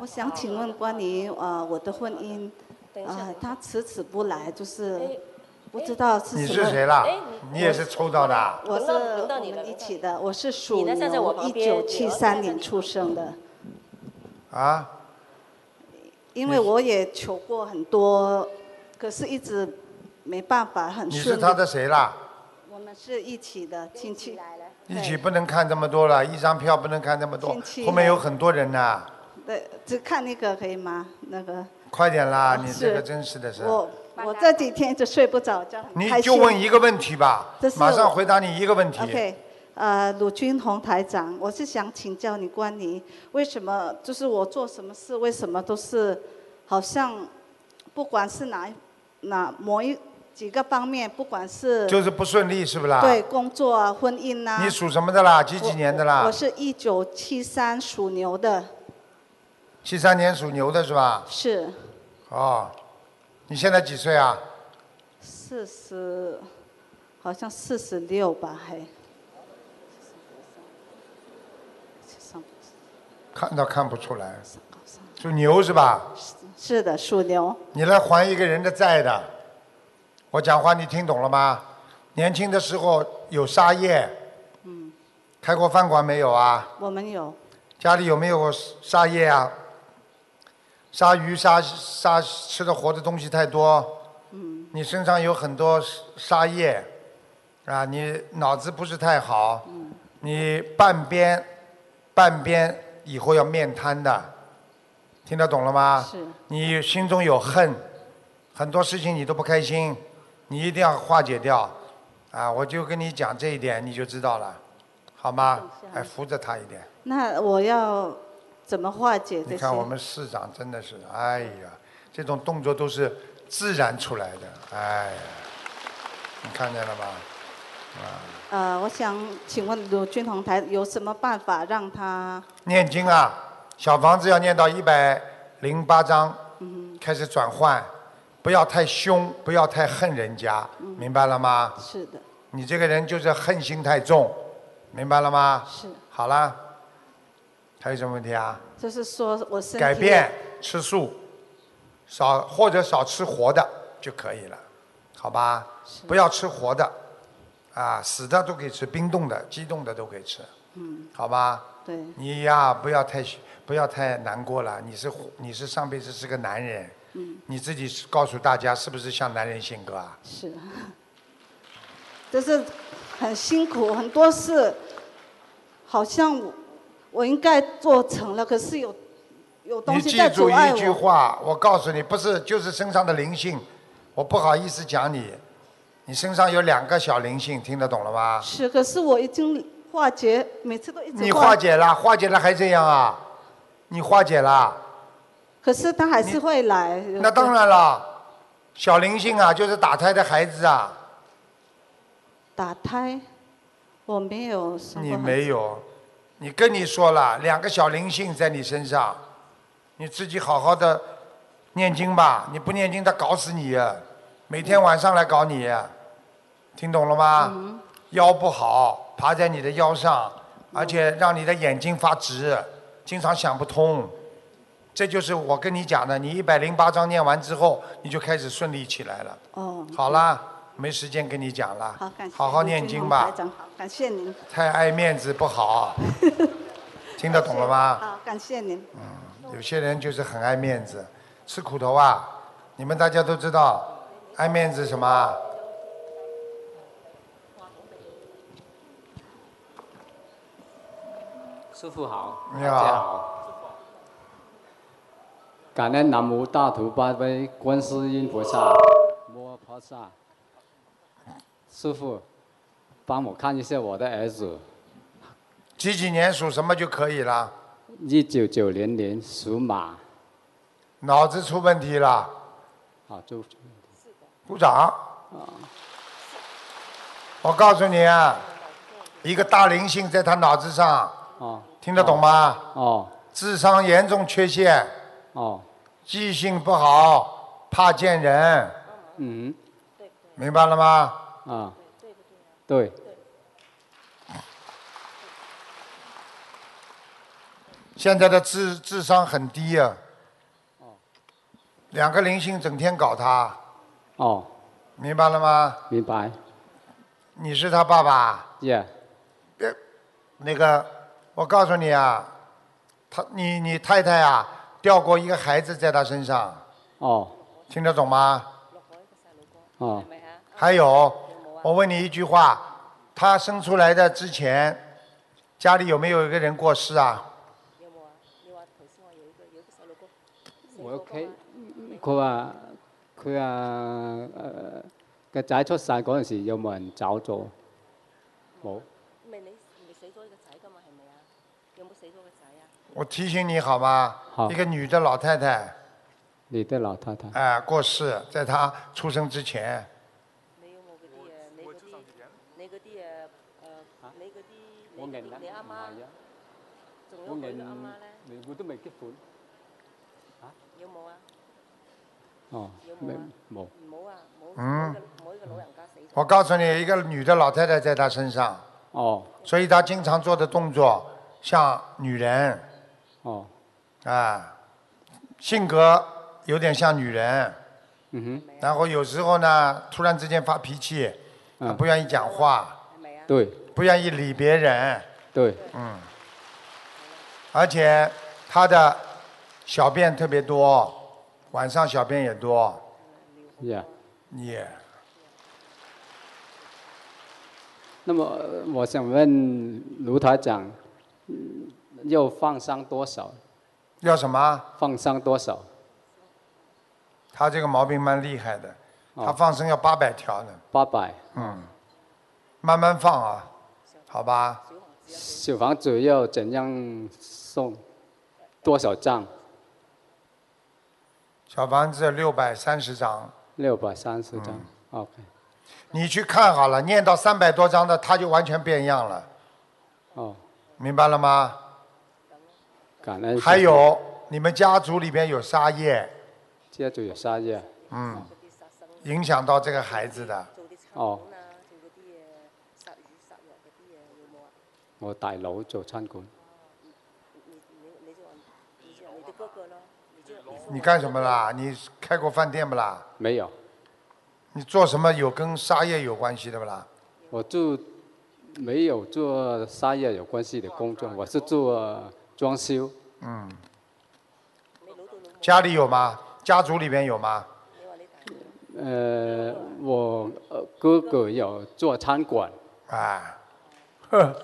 Speaker 7: 我想请问关于呃我的婚姻，呃他迟迟不来，就是不知道是
Speaker 2: 你
Speaker 7: 什
Speaker 2: 是
Speaker 7: 么。
Speaker 2: 谁啦
Speaker 9: 哎？
Speaker 2: 你也是抽到的啊。
Speaker 7: 我是
Speaker 9: 轮到轮到
Speaker 7: 我
Speaker 9: 你了
Speaker 7: 们一起的，我是属
Speaker 9: 你呢站在我
Speaker 7: 牛，
Speaker 9: 旁
Speaker 7: 一
Speaker 9: 边
Speaker 7: 九七三年出生的。
Speaker 2: 啊，
Speaker 7: 因为我也求过很多，可是一直没办法很
Speaker 2: 你是
Speaker 7: 顺利。
Speaker 2: 他的谁啦？
Speaker 7: 我们是一起的亲戚，
Speaker 2: 一起不能看这么多了，一张票不能看这么多
Speaker 7: 亲，戚
Speaker 2: 后面有很多人呐，
Speaker 7: 对，只看那个可以吗？那个
Speaker 2: 快点啦！你这个
Speaker 7: 哦是
Speaker 2: 真是的是，
Speaker 7: 我我这几天就睡不着觉，很
Speaker 2: 你
Speaker 7: 开心
Speaker 2: 就问一个问题吧
Speaker 7: 这，是
Speaker 2: 马上
Speaker 7: 我
Speaker 2: 回答你一个问题。
Speaker 7: OK，呃，鲁军红台长，我是想请教你关于为什么就是我做什么事，为什么都是好像不管是哪一哪某一几个方面，不管是
Speaker 2: 就是不顺利是不啦？
Speaker 7: 对工作啊、婚姻呐、
Speaker 2: 你属什么的啦？几几年的
Speaker 7: 我
Speaker 2: 啦
Speaker 7: 我？是一九七三属牛的，
Speaker 2: 七三年属牛的是吧？
Speaker 7: 是
Speaker 2: 哦，你现在几岁啊？
Speaker 7: 四十，好像四十六吧，还。
Speaker 2: 看都看不出来，属牛是吧？
Speaker 7: 是的，属牛。
Speaker 2: 你来还一个人的债的。我讲话你听懂了吗？年轻的时候有杀业，开过饭馆没有啊？
Speaker 7: 我们有
Speaker 2: 家里有没有杀业啊？杀鱼、杀杀吃的活的东西太多，你身上有很多杀业，啊，你脑子不是太好，你半边半边以后要面瘫的，听得懂了吗？
Speaker 7: 是
Speaker 2: 你心中有恨，很多事情你都不开心，你一定要化解掉，啊，我就跟你讲这一点，你就知道了，好吗？哎，扶着他一点。
Speaker 7: 那我要怎么化解这些？
Speaker 2: 你看我们市长真的是，哎呀，这种动作都是自然出来的，哎呀，你看见了吗？
Speaker 7: 呃，我想请问鲁军红台有什么办法让他
Speaker 2: 念经啊，小房子要念到一百零八章，开始转换，不要太凶，不要太恨人家，明白了吗？
Speaker 7: 是的，
Speaker 2: 你这个人就是恨心太重，明白了吗？
Speaker 7: 是
Speaker 2: 好啦，还有什么问题啊？
Speaker 7: 就是说我身体
Speaker 2: 改变吃素，少或者少吃活的就可以了，好吧？不要吃活的，啊，死的都可以吃，冰冻的、激冻的都可以吃，嗯，好吧？
Speaker 7: 对
Speaker 2: 你呀、不要太不要太难过了，你是你是上辈子是个男人，嗯，你自己是告诉大家是不是像男人性格啊？
Speaker 7: 是，就是很辛苦，很多事好像我我应该做成了，可是有有东
Speaker 2: 你
Speaker 7: 西
Speaker 2: 记
Speaker 7: 在阻
Speaker 2: 住
Speaker 7: 碍
Speaker 2: 一句
Speaker 7: 我。
Speaker 2: 话，我告诉你，不是就是身上的灵性，我不好意思讲你，你身上有两个小灵性，听得懂了吗？
Speaker 7: 是，可是我已经化解，每次都一直
Speaker 2: 你化，解了，化解了还这样啊？你化解了，
Speaker 7: 可是他还是会来。
Speaker 2: 那当然了，小灵性啊，就是打胎的孩子啊，
Speaker 7: 打胎，我没有生过
Speaker 2: 你
Speaker 7: 孩
Speaker 2: 没
Speaker 7: 子
Speaker 2: 有，你跟你说了，两个小灵性在你身上，你自己好好的念经吧，你不念经他搞死你啊，每天晚上来搞你啊，听懂了吗？
Speaker 7: 嗯
Speaker 2: 腰不好，爬在你的腰上，而且让你的眼睛发直，经常想不通。这就是我跟你讲的，你一百零八章念完之后，你就开始顺利起来了。
Speaker 7: 哦。
Speaker 2: 好啦，没时间跟你讲了，
Speaker 7: 好，感谢
Speaker 2: 好好
Speaker 7: 您
Speaker 2: 念
Speaker 7: 金
Speaker 2: 经
Speaker 7: 红
Speaker 2: 吧
Speaker 7: 台。长好，感谢您。
Speaker 2: 太爱面子不 好，听得懂了吗？嗯
Speaker 7: 好，感谢您。
Speaker 2: 有些人就是很爱面子，吃苦头啊！你们大家都知道，爱面子什么啊？
Speaker 10: 师傅好，
Speaker 2: 你
Speaker 10: 大
Speaker 2: 好
Speaker 7: Dạ.
Speaker 10: 家好。感恩南无大图巴杯观世音菩萨、摩诃萨。师傅，帮我看一下我的儿子，
Speaker 2: 几几年属什么就可以了。
Speaker 10: 一九九零年属马，
Speaker 2: 脑子出问题了，
Speaker 10: 啊，就
Speaker 2: 鼓掌。
Speaker 10: 啊
Speaker 2: 我告诉你啊，一个大灵性在他脑子上，
Speaker 10: 哦
Speaker 2: 听得懂吗？
Speaker 7: Ờ,
Speaker 10: 哦
Speaker 2: 智商严重缺陷，
Speaker 10: 哦，
Speaker 2: 记性不好，怕见人，
Speaker 10: 嗯
Speaker 2: 明白了吗？
Speaker 10: 啊，对，
Speaker 2: 现在的智智商很低啊。两个灵性整天搞他，
Speaker 10: 哦，
Speaker 2: 明白了吗？
Speaker 10: 明白
Speaker 2: 你是他爸爸，
Speaker 7: dạ.
Speaker 10: ，yeah，
Speaker 2: 那个，我告诉你啊，他你你太太啊，掉过一个孩子在他身上，
Speaker 7: Ờ.
Speaker 10: 哦
Speaker 2: 听得懂吗？
Speaker 10: 哦
Speaker 2: 还有，我问你一句话，他生出来的之前，家里有没有一个人过世啊？
Speaker 10: 我 OK，佢
Speaker 7: à,
Speaker 10: 話佢話
Speaker 7: ờ,
Speaker 10: 誒個仔出世嗰陣時有冇人找咗？冇，
Speaker 2: 我提醒你好吗？
Speaker 10: 好
Speaker 2: 一个女的老太太，
Speaker 10: 你的老太太
Speaker 2: 哎、过世，在她出生之前，
Speaker 10: 我認啦，你阿媽，我認你，我都未結婚。哦，未冇，
Speaker 2: 嗯，我告诉你，一个女的老太太在她身上，
Speaker 10: 哦
Speaker 2: 所以她经常做的动作像女人，
Speaker 10: 哦，
Speaker 2: 啊，性格有点像女人，
Speaker 10: 嗯
Speaker 2: 然后有时候呢，突然之间发脾气，
Speaker 10: 嗯
Speaker 2: 不愿意讲话，
Speaker 10: 哼，對
Speaker 2: 不愿意理别人，
Speaker 10: 對，
Speaker 2: 嗯，而且她的小便特别多，晚上小便也多，
Speaker 10: yeah。
Speaker 2: 你、
Speaker 10: 那么呃我想問卢台長，嗯要放生多少？
Speaker 2: 要什么？
Speaker 10: 放生多少？
Speaker 2: 她这个毛病蛮厉害的，
Speaker 10: 哦
Speaker 2: 她放生要八百条呢，
Speaker 10: 八百。
Speaker 2: 嗯，慢慢放啊，好吧？
Speaker 10: 小房子要怎样送？多少张？
Speaker 2: 小房子六百三十张，
Speaker 10: 六百三十张。OK，
Speaker 2: 嗯你去看好了，念到三百多章的，她就完全变样了，
Speaker 10: 哦，
Speaker 2: 明白了吗？
Speaker 10: 感恩。
Speaker 2: 还有你们家族里边有杀业，
Speaker 10: 接着有沙叶。
Speaker 2: 嗯，影响到这个孩子的，
Speaker 10: 哦，我大佬做餐館，
Speaker 2: 你干什么啦？你开过饭店不啦？
Speaker 10: 沒有，
Speaker 2: 你做什么有跟杀业有关系的不啦？
Speaker 10: 我就沒有做沙叶有關係的工作，我是做裝修。
Speaker 2: 嗯，家里有吗？家族里边有吗？
Speaker 10: 呃，我呃哥哥有做餐館，
Speaker 2: 啊，呵，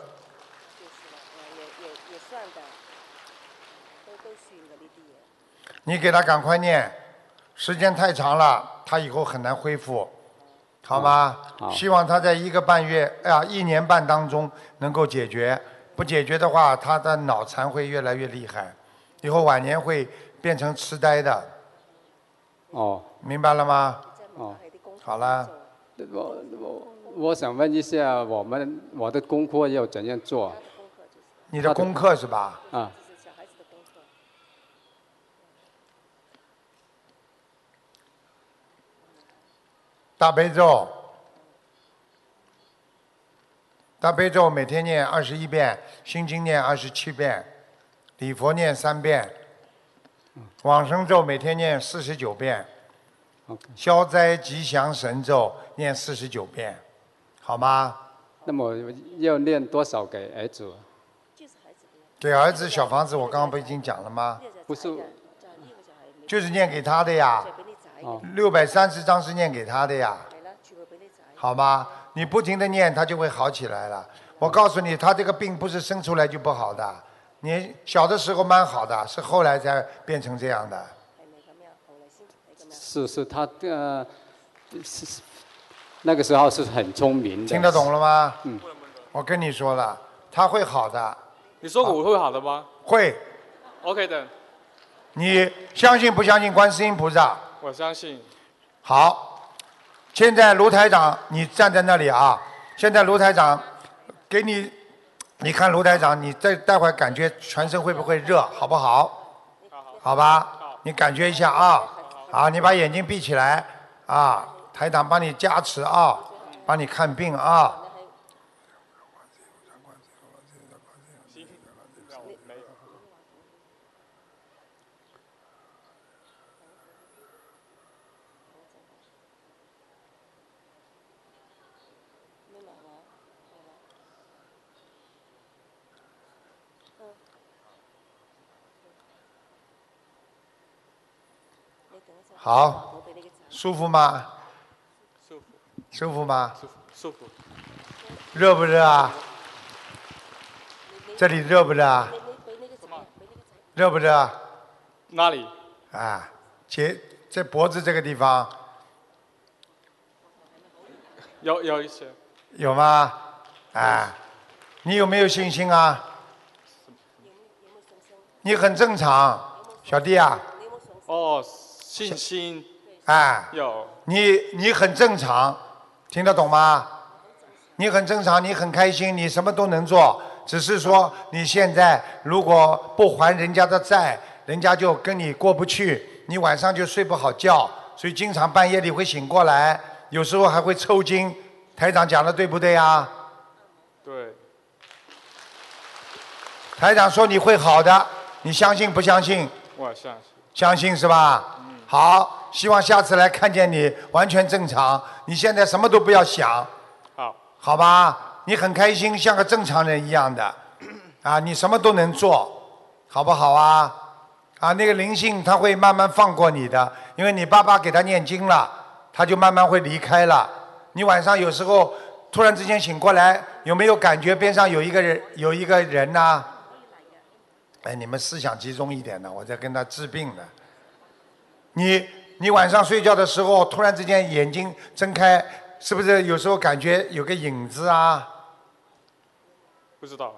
Speaker 2: 你给他赶快念，时间太长了，他以后很难恢复，好吗？
Speaker 10: 好
Speaker 2: 希望他在一个半月啊、一年半当中能够解决，不解决的话，他的脑残会越来越厉害，以后晚年会变成痴呆的，
Speaker 10: 哦。
Speaker 2: 明白了吗？
Speaker 10: 哦，
Speaker 2: 好了，
Speaker 10: 我我我想問一下，我們我的功課要怎樣做
Speaker 2: 你的功课是吧？
Speaker 10: 啊？
Speaker 2: 大悲咒，大悲咒每天念二十一遍，心经念二十七遍，礼佛念三遍，往生咒每天念四十九遍
Speaker 10: OK，
Speaker 2: 消灾吉祥神咒念四十九遍，好吗？
Speaker 10: 那么要念多少给儿子？
Speaker 2: 给儿子小房子，我刚刚不已经讲了吗？
Speaker 10: 不是
Speaker 2: 就是念给他的呀，
Speaker 10: 哦
Speaker 2: 六百三十张是念给他的呀，好吗？你不停的念，他就会好起来了。我告诉你，他这个病不是生出来就不好的，你小的时候蛮好的，是后来才变成这样的。
Speaker 10: 是是他呃是是那个时候是很聪明的。
Speaker 2: 听得懂了吗？嗯。我跟你说了，他会好的，
Speaker 9: 你说我会好的吗
Speaker 2: 会。
Speaker 9: ？OK 的，
Speaker 2: 你相信不相信观世音菩萨？
Speaker 9: 我相信。
Speaker 2: 好，现在卢台长，你站在那里啊！现在卢台长，给你，你看卢台长，你再待会儿感觉全身会不会热，好不好？好吧，你感觉一下啊！啊，你把眼睛闭起来啊！台长帮你加持啊，帮你看病啊！好，舒服吗？
Speaker 9: 舒服，
Speaker 2: 舒服吗？
Speaker 9: 舒服，舒服。
Speaker 2: 热不热啊？这里热不热啊？热不热啊？
Speaker 9: 哪里？
Speaker 2: 啊，节在脖子这个地方
Speaker 9: 有有一些
Speaker 2: 有吗？啊，你有没有信心啊？你很正常，小弟啊，
Speaker 9: 哦，信哦心
Speaker 2: 啊，
Speaker 9: 有
Speaker 2: 你你很正常，听得懂吗？你很正常，你很开心，你什么都能做，只是说你现在如果不还人家的债，人家就跟你过不去，你晚上就睡不好觉，所以经常半夜里会醒过来，有时候还会抽筋。台长讲的对不对啊？
Speaker 9: 对，
Speaker 2: 台长说你会好的，你相信不相信？
Speaker 9: 我相信。
Speaker 2: 相信是吧？好，希望下次来看见你完全正常。你现在什么都不要想，
Speaker 9: 好，
Speaker 2: 好吧？你很开心，像个正常人一样的，啊，你什么都能做，好不好啊？啊，那个灵性他会慢慢放过你的，因为你爸爸给他念经了，他就慢慢会离开了。你晚上有时候突然之间醒过来，有没有感觉边上有一个人有一个人啊呐、哎，你们思想集中一点呢，我在跟他治病呢。你你晚上睡觉的时候，突然之间眼睛睁开，是不是有时候感觉有个影子啊？
Speaker 9: 不知道，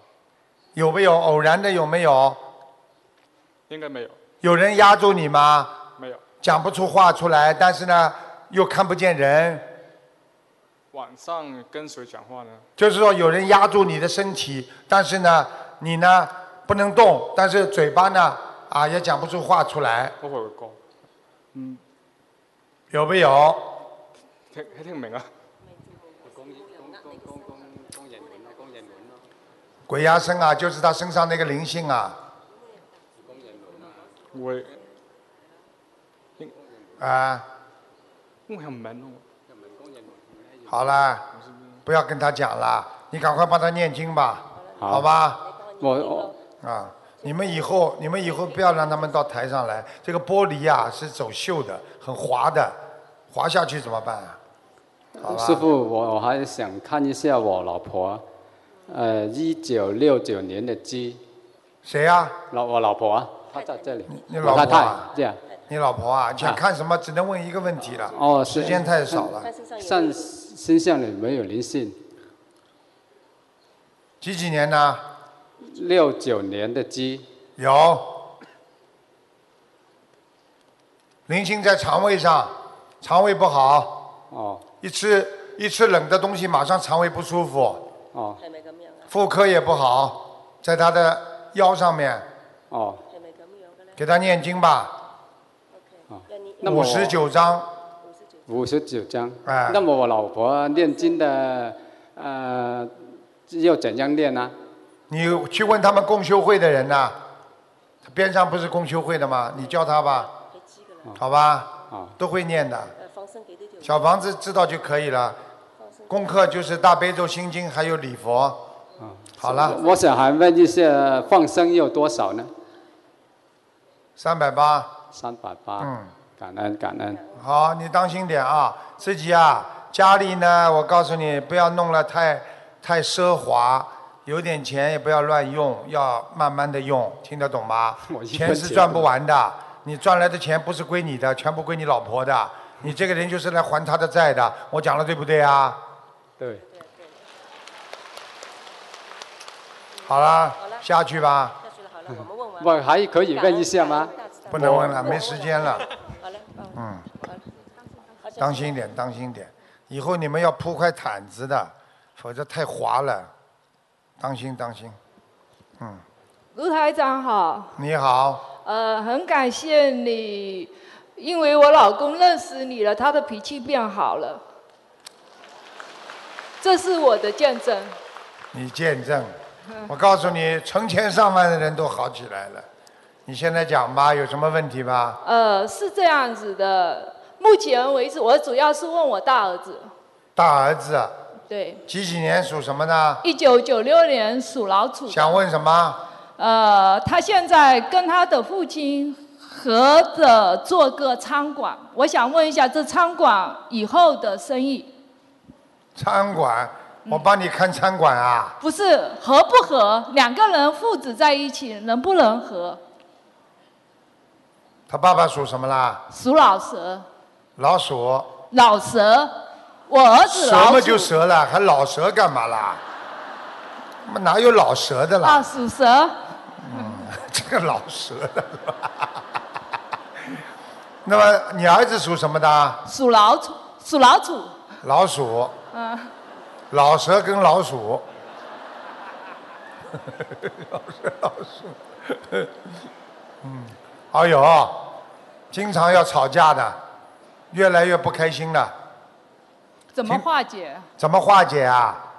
Speaker 2: 有没有偶然的？有没有？
Speaker 9: 应该没有，
Speaker 2: 有人压住你吗？
Speaker 9: 没有。
Speaker 2: 讲不出话出来，但是呢又看不见人，
Speaker 9: 晚上跟谁讲话呢？
Speaker 2: 就是说有人压住你的身体，但是呢你呢不能动，但是嘴巴呢啊也讲不出话出来，
Speaker 9: 我会讲，嗯，
Speaker 2: 有没有？
Speaker 9: 听听唔明啊？
Speaker 2: 鬼压身啊，就是他身上那个灵性啊。
Speaker 9: 會
Speaker 2: 啊，
Speaker 9: 我又唔明
Speaker 10: 哦
Speaker 9: 喎。
Speaker 2: 好啦，不要跟他讲啦，你赶快帮他念经吧，好吧？
Speaker 10: 我
Speaker 2: 啊，你们以后你们以后不要让他们到台上来，这个玻璃啊是走锈的，很滑的，滑下去怎么办啊？好吧
Speaker 10: 师傅，我我还想看一下我老婆，呃，一九六九年的鸡，
Speaker 2: 谁呀、
Speaker 10: 老我老婆啊，她在这里，
Speaker 2: 你
Speaker 10: 我
Speaker 2: 老婆
Speaker 10: 太太
Speaker 2: 啊
Speaker 10: 这样，
Speaker 2: 你老婆啊，想看什么？只能问一个问题了，
Speaker 10: 哦，是
Speaker 2: 时间太少了。
Speaker 10: 上身上有没有灵性？
Speaker 2: 几几年呢？
Speaker 10: 六九年的鸡，
Speaker 2: 有，灵性在肠胃上，肠胃不好，
Speaker 10: 哦
Speaker 2: 一吃一吃冷的东西，马上肠胃不舒服，
Speaker 10: 哦
Speaker 2: 妇科也不好，在他的腰上面，
Speaker 10: 哦，
Speaker 2: 给他念经吧，
Speaker 10: 哦那么
Speaker 2: 五十九章，
Speaker 10: 五十九章，
Speaker 2: 哎
Speaker 10: 那么我老婆念经的，呃，要怎样念呢、
Speaker 2: 你去问他们共修会的人呐、他边上不是共修会的吗？你叫他吧，好吧，
Speaker 10: 啊，
Speaker 2: 都会念的，小房子知道就可以了，功课就是大悲咒、心经还有礼佛，好了，
Speaker 10: 我想还问一下，放生有多少呢？
Speaker 2: 三百八。
Speaker 10: 三百八。
Speaker 2: 嗯，
Speaker 10: 感恩感恩。
Speaker 2: 好，你当心点啊，自己啊，家里呢，我告诉你，不要弄了太太奢华，有点钱也不要乱用，要慢慢的用，听得懂吗
Speaker 10: 我？一分
Speaker 2: 钱是
Speaker 10: 钱
Speaker 2: 赚
Speaker 10: 都
Speaker 2: 不完的，你赚来的钱不是归你的，全部归你老婆的。你这个人就是来还他的债的。我讲的对不对啊？
Speaker 10: 对，
Speaker 2: 好啦，下去吧，
Speaker 10: 喂，还可以问一下吗？
Speaker 2: 不能问了，没时间了。
Speaker 11: 好嘞，嗯
Speaker 2: 嗯，
Speaker 11: 好嘞，好
Speaker 2: 当心一点，当心一点，以后你们要铺块毯子的，否则太滑了，当心当心。嗯，
Speaker 12: 卢台长好，
Speaker 2: 你好，
Speaker 12: 呃，很感谢你，因为我老公认识你了，他的脾气变好了，这是我的见证。
Speaker 2: 你见证，我告诉你，成千上万的人都好起来了。你现在讲吧，有什么问题吧？
Speaker 12: 呃，是这样子的，目前为止，我主要是问我大儿子，
Speaker 2: 大儿子啊
Speaker 12: 对，
Speaker 2: 几几年属什么呢？
Speaker 12: 一九九六年属老鼠的。
Speaker 2: 想问什么？
Speaker 12: 呃，他现在跟他的父亲合着做个餐馆，我想问一下，这餐馆以后的生意
Speaker 2: 餐馆，
Speaker 12: 嗯
Speaker 2: 我帮你看餐馆啊。
Speaker 12: 不是合不合？两个人父子在一起能不能合？
Speaker 2: 他爸爸属什么啦？
Speaker 12: 属老蛇，
Speaker 2: 老鼠，
Speaker 12: 老蛇，我儿子
Speaker 2: 蛇
Speaker 12: 老
Speaker 2: 嘛
Speaker 12: 鼠
Speaker 2: 就蛇了，还老蛇干嘛啦？妈哪有老蛇的啦？嗯
Speaker 12: 啊，属蛇，
Speaker 2: 这个老蛇的。 那么你儿子属什么的？
Speaker 12: 属老鼠，属老鼠，
Speaker 2: 老鼠，
Speaker 12: 嗯、
Speaker 2: 老蛇跟老鼠。老蛇老鼠，嗯，哎呦，经常要吵架的，越来越不开心了，
Speaker 12: 怎么化解？
Speaker 2: 怎么化解啊？